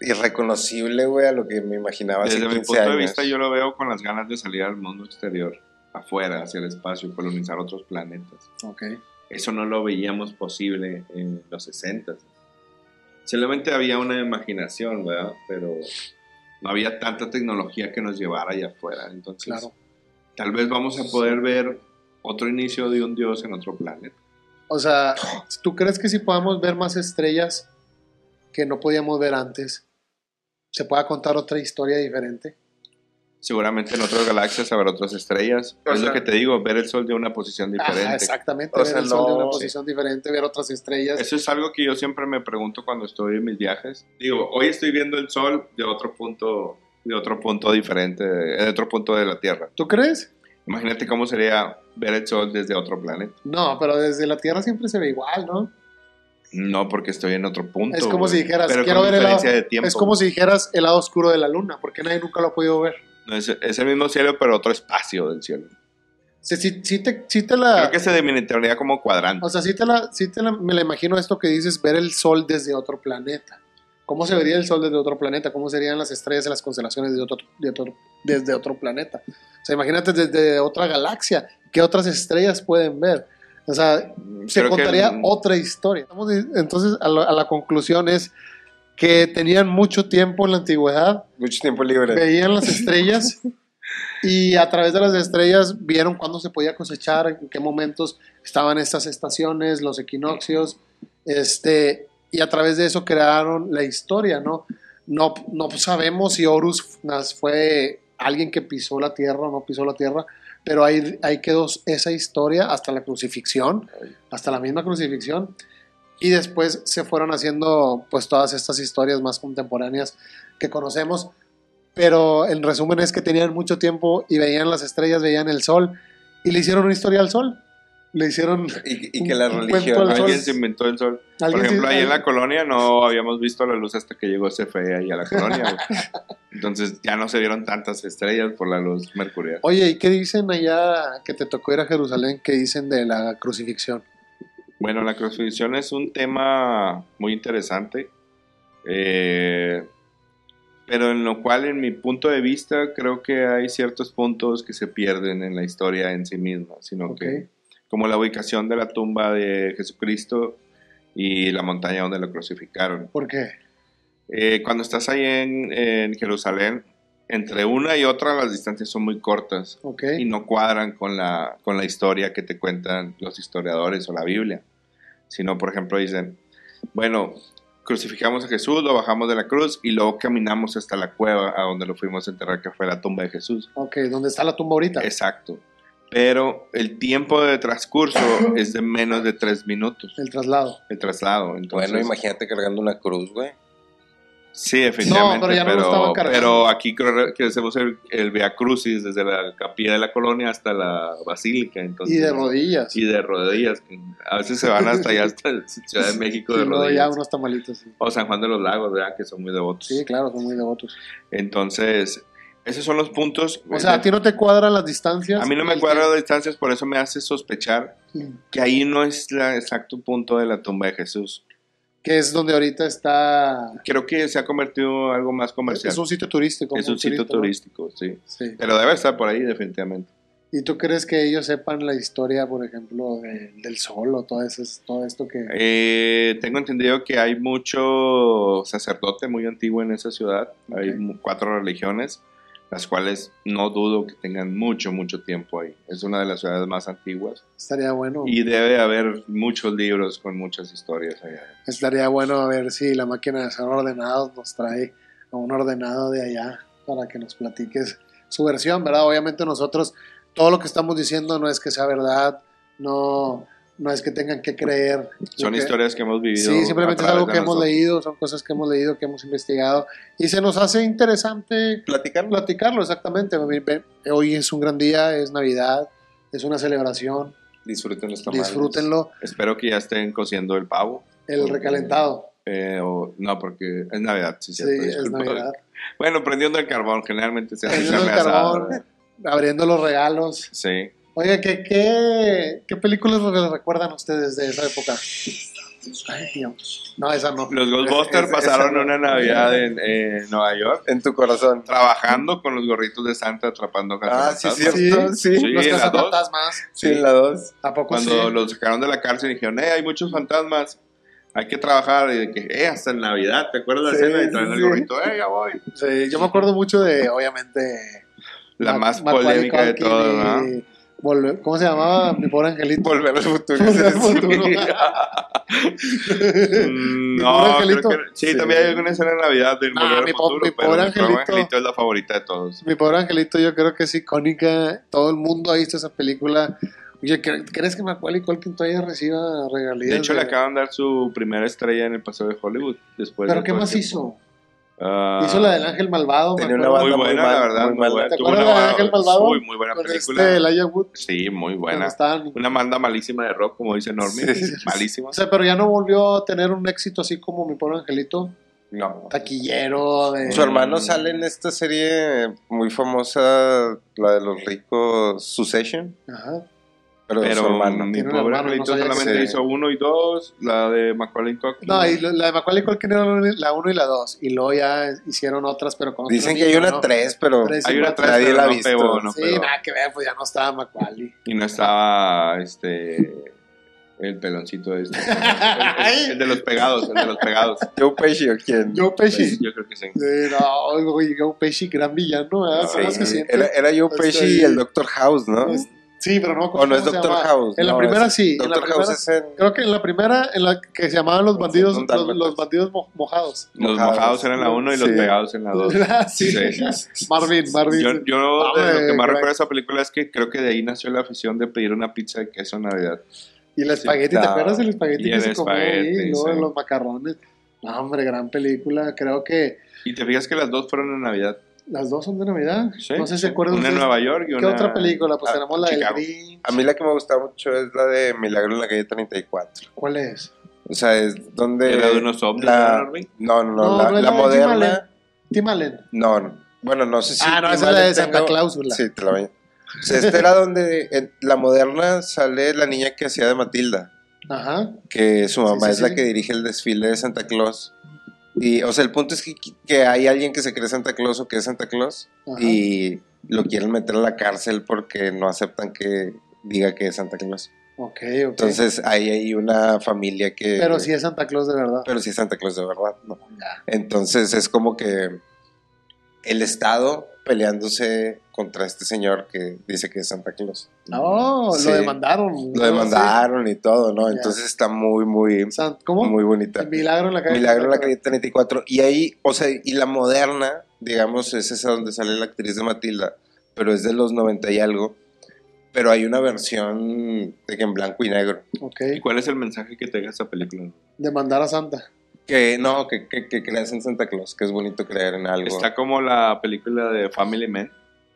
[SPEAKER 2] irreconocible, güey, a lo que me imaginaba hace
[SPEAKER 3] Desde mi
[SPEAKER 2] 15
[SPEAKER 3] punto de
[SPEAKER 2] años.
[SPEAKER 3] vista, yo lo veo con las ganas de salir al mundo exterior, afuera, hacia el espacio, colonizar otros planetas.
[SPEAKER 1] Ok.
[SPEAKER 3] Eso no lo veíamos posible en los 60. Solamente había una imaginación, ¿verdad? Pero no había tanta tecnología que nos llevara allá afuera. Entonces,
[SPEAKER 1] Claro.
[SPEAKER 3] tal vez vamos a poder ver otro inicio de un dios en otro planeta.
[SPEAKER 1] O sea, ¿tú crees que si podamos ver más estrellas que no podíamos ver antes, se pueda contar otra historia diferente?
[SPEAKER 3] Seguramente en otras galaxias habrá otras estrellas.
[SPEAKER 2] O
[SPEAKER 3] es lo
[SPEAKER 2] sea-
[SPEAKER 3] que te digo, ver el sol de una posición diferente.
[SPEAKER 1] Ajá, exactamente,
[SPEAKER 2] O
[SPEAKER 1] ver
[SPEAKER 2] sea,
[SPEAKER 1] el sol de una
[SPEAKER 2] no-
[SPEAKER 1] posición diferente, ver otras estrellas.
[SPEAKER 3] Eso es algo que yo siempre me pregunto cuando estoy en mis viajes. Digo, hoy estoy viendo el sol de otro punto, de otro punto diferente, de otro punto de la Tierra.
[SPEAKER 1] ¿Tú crees?
[SPEAKER 3] Imagínate cómo sería ver el sol desde otro planeta.
[SPEAKER 1] No, pero desde la Tierra siempre se ve igual, ¿no?
[SPEAKER 3] No porque estoy en otro punto.
[SPEAKER 1] Es como
[SPEAKER 3] güey.
[SPEAKER 1] si dijeras,
[SPEAKER 3] Pero
[SPEAKER 1] quiero
[SPEAKER 3] con
[SPEAKER 1] ver el
[SPEAKER 3] diferencia
[SPEAKER 1] lado-
[SPEAKER 3] de tiempo.
[SPEAKER 1] es como si dijeras el lado oscuro de la luna, porque nadie nunca lo ha podido ver.
[SPEAKER 3] No, es, es el mismo cielo, pero otro espacio del cielo.
[SPEAKER 1] Si, si- si te, si te
[SPEAKER 3] Creo
[SPEAKER 1] la...
[SPEAKER 3] que se delimitaría como cuadrante.
[SPEAKER 1] Ah. O sea, si te la, si te la- me la imagino esto que dices, ver el sol desde otro planeta. ¿Cómo se vería el sol desde otro planeta? ¿Cómo serían las estrellas y las constelaciones de otro, de otro- desde otro planeta? O sea, imagínate desde otra galaxia, ¿qué otras estrellas pueden ver? O sea, se
[SPEAKER 3] Creo que-
[SPEAKER 1] contaría otra historia. Estamos di- Entonces, a, la- a la conclusión es que tenían mucho tiempo en la antigüedad,
[SPEAKER 2] Mucho tiempo libre.
[SPEAKER 1] veían las estrellas y a través de las estrellas vieron cuándo se podía cosechar, en qué momentos estaban estas estaciones, los equinoccios, este, y a través de eso crearon la historia, ¿no? No, no sabemos si Horus nas- fue alguien que pisó la tierra o no pisó la tierra, pero ahí, ahí quedó esa historia hasta la crucifixión, hasta la misma crucifixión, y después se fueron haciendo pues todas estas historias más contemporáneas que conocemos, pero en resumen es que tenían mucho tiempo y veían las estrellas, veían el sol, y le hicieron una historia al sol, le hicieron...
[SPEAKER 2] Y, y que la
[SPEAKER 1] Un- un
[SPEAKER 2] religión...
[SPEAKER 1] cuento al
[SPEAKER 3] Alguien
[SPEAKER 1] sol.
[SPEAKER 3] se inventó el sol. Por
[SPEAKER 1] alguien-
[SPEAKER 3] ejemplo, ahí en la
[SPEAKER 1] alguien-
[SPEAKER 3] colonia no habíamos visto la luz hasta que llegó CFE ahí a la colonia. güey. Entonces ya no se vieron tantas estrellas por la luz mercurial.
[SPEAKER 1] Oye, ¿y qué dicen allá que te tocó ir a Jerusalén? ¿Qué dicen de la crucifixión?
[SPEAKER 3] Bueno, la crucifixión es un tema muy interesante, eh, pero en lo cual, en mi punto de vista, creo que hay ciertos puntos que se pierden en la historia en sí misma, sino que como la ubicación de la tumba de Jesucristo y la montaña donde lo crucificaron.
[SPEAKER 1] ¿Por qué?
[SPEAKER 3] Eh, cuando estás ahí en, en Jerusalén, entre una y otra las distancias son muy cortas
[SPEAKER 1] Ok.
[SPEAKER 3] y no cuadran con la, con la historia que te cuentan los historiadores o la Biblia. Sino, por ejemplo, dicen, bueno, crucificamos a Jesús, lo bajamos de la cruz y luego caminamos hasta la cueva a donde lo fuimos a enterrar, que fue la tumba de Jesús.
[SPEAKER 1] Ok, ¿dónde está la tumba ahorita?
[SPEAKER 3] Exacto. Pero el tiempo de transcurso es de menos de tres minutos,
[SPEAKER 1] El traslado.
[SPEAKER 3] el traslado. Entonces,
[SPEAKER 2] Bueno, imagínate cargando una cruz, güey.
[SPEAKER 3] Sí, efectivamente,
[SPEAKER 1] No, pero
[SPEAKER 3] pero,
[SPEAKER 1] ya no lo estaban cargando.
[SPEAKER 3] pero aquí creo que hacemos el, el Via Crucis desde la capilla de la colonia hasta la basílica. Entonces,
[SPEAKER 1] y de rodillas.
[SPEAKER 3] Y de rodillas. A veces se van hasta allá, hasta Ciudad de México de
[SPEAKER 1] Y luego ya
[SPEAKER 3] rodillas.
[SPEAKER 1] unos tamalitos. Sí,
[SPEAKER 3] O San Juan de los Lagos, ¿verdad? Que son muy devotos.
[SPEAKER 1] Sí, claro, son muy devotos.
[SPEAKER 3] Entonces, esos son los puntos.
[SPEAKER 1] O sea, ¿a ti no te cuadran las distancias?
[SPEAKER 3] A mí no me cuadran las distancias, por eso me hace sospechar que ahí no es el exacto punto de la tumba de Jesús.
[SPEAKER 1] Que es donde ahorita está...
[SPEAKER 3] Creo que se ha convertido en algo más comercial.
[SPEAKER 1] Es un sitio turístico.
[SPEAKER 3] Es
[SPEAKER 1] muy
[SPEAKER 3] un sitio
[SPEAKER 1] turista, ¿no?
[SPEAKER 3] turístico, sí.
[SPEAKER 1] Sí.
[SPEAKER 3] Pero debe estar por ahí, definitivamente.
[SPEAKER 1] ¿Y tú crees que ellos sepan la historia, por ejemplo, de- del sol o todo, eso, todo esto que...
[SPEAKER 3] Eh, tengo entendido que hay mucho sacerdote muy antiguo en esa ciudad. Hay
[SPEAKER 1] Ok.
[SPEAKER 3] mu- cuatro religiones. las cuales no dudo que tengan mucho, mucho tiempo ahí. Es una de las ciudades más antiguas
[SPEAKER 1] Estaría bueno.
[SPEAKER 3] y debe haber muchos libros con muchas historias allá.
[SPEAKER 1] Estaría bueno a ver si la máquina de ser ordenados nos trae a un ordenado de allá para que nos platiques su versión, ¿verdad? Obviamente nosotros, todo lo que estamos diciendo no es que sea verdad, no, no es que tengan que creer.
[SPEAKER 3] Son
[SPEAKER 1] Lo que-
[SPEAKER 3] historias que hemos vivido.
[SPEAKER 1] Sí,
[SPEAKER 3] a
[SPEAKER 1] simplemente es
[SPEAKER 3] través
[SPEAKER 1] algo
[SPEAKER 3] de
[SPEAKER 1] que hemos
[SPEAKER 3] nosotros.
[SPEAKER 1] leído, son cosas que hemos leído, que hemos investigado y se nos hace interesante
[SPEAKER 2] Platicarlo.
[SPEAKER 1] platicarlo, exactamente. Ve- ve- Hoy es un gran día, es Navidad, es una celebración,
[SPEAKER 2] Disfruten los tamales.
[SPEAKER 1] disfrútenlo,
[SPEAKER 3] Espero que ya estén cociendo el pavo.
[SPEAKER 1] el recalentado.
[SPEAKER 3] eh, o, no, porque es Navidad, sí,
[SPEAKER 1] Sí,
[SPEAKER 3] cierto,
[SPEAKER 1] es
[SPEAKER 3] disculpa.
[SPEAKER 1] Navidad.
[SPEAKER 3] Bueno, prendiendo el carbón, generalmente se hace
[SPEAKER 1] Prendiendo el
[SPEAKER 3] carne asada,
[SPEAKER 1] carbón.
[SPEAKER 3] ¿verdad?
[SPEAKER 1] Abriendo los regalos.
[SPEAKER 3] Sí.
[SPEAKER 1] Oiga, ¿qué, qué, qué películas les recuerdan a ustedes de esa época? Ay, Dios. No, esa no.
[SPEAKER 3] Los Ghostbusters
[SPEAKER 2] es-
[SPEAKER 3] pasaron
[SPEAKER 2] esa-
[SPEAKER 3] una Navidad en eh, Nueva York
[SPEAKER 2] En tu corazón.
[SPEAKER 3] trabajando con los gorritos de Santa atrapando
[SPEAKER 2] Ah, sí,
[SPEAKER 3] cazafantasmas.
[SPEAKER 2] cierto.
[SPEAKER 1] Sí.
[SPEAKER 2] Sí,
[SPEAKER 3] Sí,
[SPEAKER 1] Los
[SPEAKER 3] la dos.
[SPEAKER 1] cazafantasmas.
[SPEAKER 2] sí, en la 2.
[SPEAKER 1] ¿A poco
[SPEAKER 3] Cuando
[SPEAKER 1] sí?
[SPEAKER 3] los sacaron de la cárcel y dijeron, eh, hay muchos fantasmas, hay que trabajar. Y de que, eh, hasta en Navidad, ¿te acuerdas
[SPEAKER 2] Sí,
[SPEAKER 3] de la
[SPEAKER 2] sí,
[SPEAKER 3] escena? Y traen
[SPEAKER 2] sí.
[SPEAKER 3] el gorrito, eh, ya voy.
[SPEAKER 1] Sí, yo me acuerdo mucho de, obviamente...
[SPEAKER 3] La
[SPEAKER 1] Mac-
[SPEAKER 3] más
[SPEAKER 1] Macaulay
[SPEAKER 3] polémica de
[SPEAKER 1] Culkin
[SPEAKER 3] todas, ¿no?
[SPEAKER 1] y Volver- ¿Cómo se llamaba? Mi pobre angelito.
[SPEAKER 2] Volver al futuro.
[SPEAKER 1] Volver al futuro.
[SPEAKER 2] Sí.
[SPEAKER 3] Mm,
[SPEAKER 1] Mi
[SPEAKER 3] No,
[SPEAKER 1] pobre angelito.
[SPEAKER 3] creo que- sí,
[SPEAKER 1] Sí.
[SPEAKER 3] también hay alguna escena de Navidad del
[SPEAKER 1] Ah,
[SPEAKER 3] Volver al
[SPEAKER 1] mi po-
[SPEAKER 3] Futuro,
[SPEAKER 1] mi
[SPEAKER 3] pero
[SPEAKER 1] pobre
[SPEAKER 3] mi pobre
[SPEAKER 1] angelito.
[SPEAKER 3] angelito es la favorita de todos.
[SPEAKER 1] Mi pobre angelito yo creo que es icónica. Todo el mundo ha visto esa película. Oye, ¿cre- ¿crees que Macaulay Culkin todavía reciba regalías?
[SPEAKER 3] De hecho, le
[SPEAKER 1] de-
[SPEAKER 3] acaban de dar su primera estrella en el Paseo de Hollywood. Después
[SPEAKER 1] ¿Pero
[SPEAKER 3] de
[SPEAKER 1] qué
[SPEAKER 3] todo el
[SPEAKER 1] más
[SPEAKER 3] tiempo.
[SPEAKER 1] hizo?
[SPEAKER 3] Ah,
[SPEAKER 1] Hizo la del ángel malvado. me
[SPEAKER 2] Tenía una
[SPEAKER 1] acuerdo.
[SPEAKER 2] banda
[SPEAKER 3] Muy
[SPEAKER 2] muy
[SPEAKER 3] buena,
[SPEAKER 2] mal,
[SPEAKER 3] la verdad.
[SPEAKER 2] muy
[SPEAKER 3] Muy
[SPEAKER 2] mala.
[SPEAKER 3] buena.
[SPEAKER 1] ¿Te
[SPEAKER 3] Tuvo
[SPEAKER 1] acuerdas
[SPEAKER 3] una
[SPEAKER 1] de Ángel Malvado?
[SPEAKER 3] Muy, muy buena
[SPEAKER 1] Con
[SPEAKER 3] película.
[SPEAKER 1] este, Elijah Wood.
[SPEAKER 3] Sí, muy
[SPEAKER 1] cuando
[SPEAKER 3] buena.
[SPEAKER 1] estaban-
[SPEAKER 3] Una banda malísima de rock, como dice Normie.
[SPEAKER 2] Sí.
[SPEAKER 3] Malísima.
[SPEAKER 1] O sea, pero ya no volvió a tener un éxito así como mi pobre angelito.
[SPEAKER 2] No.
[SPEAKER 1] Taquillero. de-
[SPEAKER 2] Su hermano sale en esta serie muy famosa, la de los ricos, Succession,
[SPEAKER 1] Ajá.
[SPEAKER 2] pero,
[SPEAKER 3] Pero
[SPEAKER 2] su hermano.
[SPEAKER 3] mi
[SPEAKER 1] Tiene un
[SPEAKER 3] pobre
[SPEAKER 1] hermano, no
[SPEAKER 3] angelito
[SPEAKER 1] sabía que
[SPEAKER 3] solamente
[SPEAKER 2] se-
[SPEAKER 3] hizo uno y dos. La de Macaulay Culkin.
[SPEAKER 1] No, y lo- la de Macaulay Culkin era la 1 y la 2. Y luego ya hicieron otras, pero con otro
[SPEAKER 2] Dicen que hay
[SPEAKER 1] niño,
[SPEAKER 2] una
[SPEAKER 1] ¿no?
[SPEAKER 2] 3, pero
[SPEAKER 1] Tres
[SPEAKER 3] Hay una
[SPEAKER 1] Nadie
[SPEAKER 3] tres, pero
[SPEAKER 2] la ha
[SPEAKER 3] no
[SPEAKER 2] visto.
[SPEAKER 3] pegó, no
[SPEAKER 1] sí,
[SPEAKER 3] pegó.
[SPEAKER 1] nada que ver, pues ya no estaba Macaulay.
[SPEAKER 3] Y no estaba este... El peloncito este. El, el- el de los pegados, el de los pegados. Pues,
[SPEAKER 2] Joe Pesci o quién.
[SPEAKER 1] Joe
[SPEAKER 2] Pues,
[SPEAKER 1] Pesci.
[SPEAKER 3] Yo creo que sí.
[SPEAKER 1] Sí, no, oye, Joe Pesci, gran villano, ¿verdad? ¿Cómo
[SPEAKER 2] Sí, e-
[SPEAKER 1] se siente?
[SPEAKER 2] era, era Joe
[SPEAKER 1] Este,
[SPEAKER 2] Pesci y el Doctor House, ¿no?
[SPEAKER 1] Es- Pues Sí, pero no.
[SPEAKER 2] O no es
[SPEAKER 1] ¿cómo se
[SPEAKER 2] Doctor
[SPEAKER 1] llama?
[SPEAKER 2] House.
[SPEAKER 1] En la
[SPEAKER 2] no,
[SPEAKER 1] primera
[SPEAKER 2] es-
[SPEAKER 1] sí. en la
[SPEAKER 2] Doctor
[SPEAKER 1] primera
[SPEAKER 2] House es en.
[SPEAKER 1] Creo que en la primera, en la que se llamaban los bandidos,
[SPEAKER 2] Son
[SPEAKER 1] los,
[SPEAKER 2] dálmatas.
[SPEAKER 1] los bandidos mo- mojados.
[SPEAKER 3] Los
[SPEAKER 2] Mojados.
[SPEAKER 3] mojados eran la 1 y los
[SPEAKER 2] Sí.
[SPEAKER 3] pegados en la 2.
[SPEAKER 1] Ah, sí.
[SPEAKER 3] Sí.
[SPEAKER 1] Marvin, Marvin.
[SPEAKER 3] Yo, yo de
[SPEAKER 1] Pues, Hombre,
[SPEAKER 3] lo que más
[SPEAKER 1] crack.
[SPEAKER 3] recuerdo de esa película es que creo que de ahí nació la afición de pedir una pizza de queso en Navidad.
[SPEAKER 1] y el espagueti, ¿te
[SPEAKER 2] claro.
[SPEAKER 1] acuerdas del espagueti
[SPEAKER 3] Y
[SPEAKER 1] que
[SPEAKER 3] el
[SPEAKER 1] se comió ahí?
[SPEAKER 3] espagueti,
[SPEAKER 1] Y luego
[SPEAKER 3] sí.
[SPEAKER 1] los macarrones. No, hombre, gran película. Creo que
[SPEAKER 3] Y te fijas que las dos fueron en Navidad.
[SPEAKER 1] las dos son de Navidad.
[SPEAKER 3] Sí,
[SPEAKER 1] no sé si se
[SPEAKER 3] sí.
[SPEAKER 1] acuerdan.
[SPEAKER 3] Una en
[SPEAKER 1] ustedes.
[SPEAKER 3] Nueva York y
[SPEAKER 1] ¿Qué
[SPEAKER 3] una
[SPEAKER 1] otra película? Pues
[SPEAKER 3] ah,
[SPEAKER 1] tenemos la
[SPEAKER 3] Chicago.
[SPEAKER 1] del Grinch.
[SPEAKER 2] A mí la que me gusta mucho es la de Milagro en la calle 34.
[SPEAKER 1] ¿Cuál es?
[SPEAKER 2] O sea, es donde.
[SPEAKER 3] Era de unos ovnis,
[SPEAKER 2] la-
[SPEAKER 3] ¿no, Norby?
[SPEAKER 2] No, no, no.
[SPEAKER 1] No,
[SPEAKER 2] la,
[SPEAKER 1] no es
[SPEAKER 2] la
[SPEAKER 1] la de Jim Allen.
[SPEAKER 2] moderna.
[SPEAKER 1] Tim Allen.
[SPEAKER 2] No, no. Bueno, no sé si.
[SPEAKER 1] ah, no,
[SPEAKER 2] Jim
[SPEAKER 1] esa es la de
[SPEAKER 2] Allen
[SPEAKER 1] Santa
[SPEAKER 2] tenga-
[SPEAKER 1] Clausula.
[SPEAKER 2] Sí, te la bañé. O sea, esta era donde en la moderna sale la niña que hacía de Matilda,
[SPEAKER 1] Ajá.
[SPEAKER 2] que su mamá
[SPEAKER 1] sí,
[SPEAKER 2] es
[SPEAKER 1] sí,
[SPEAKER 2] la
[SPEAKER 1] sí.
[SPEAKER 2] que dirige el desfile de Santa Claus. Y, o sea, el punto es que, que hay alguien que se cree Santa Claus o que es Santa Claus
[SPEAKER 1] Ajá.
[SPEAKER 2] y lo quieren meter a la cárcel porque no aceptan que diga que es Santa Claus.
[SPEAKER 1] Ok, ok.
[SPEAKER 2] Entonces ahí hay una familia que...
[SPEAKER 1] pero sí es Santa Claus de verdad.
[SPEAKER 2] pero sí es Santa Claus de verdad, ¿no?
[SPEAKER 1] Ya.
[SPEAKER 2] Entonces es como que el Estado peleándose contra este señor que dice que es Santa Claus.
[SPEAKER 1] No,
[SPEAKER 2] Sí.
[SPEAKER 1] lo demandaron.
[SPEAKER 2] Lo demandaron y todo, ¿no? Entonces está muy, muy,
[SPEAKER 1] Sí. San- ¿Cómo?
[SPEAKER 2] muy bonita.
[SPEAKER 1] Milagro en la calle.
[SPEAKER 2] Milagro en la calle 34. Y ahí, o sea, y la moderna, digamos, es esa donde sale la actriz de Matilda, pero es de los 90 y algo. Pero hay una versión de que en blanco y negro.
[SPEAKER 1] Ok.
[SPEAKER 3] ¿Y cuál es el mensaje que te deja esa película?
[SPEAKER 1] Demandar a Santa.
[SPEAKER 2] Que no, que, que, que creas en Santa Claus, que es bonito creer en algo.
[SPEAKER 3] Está como la película de Family Man,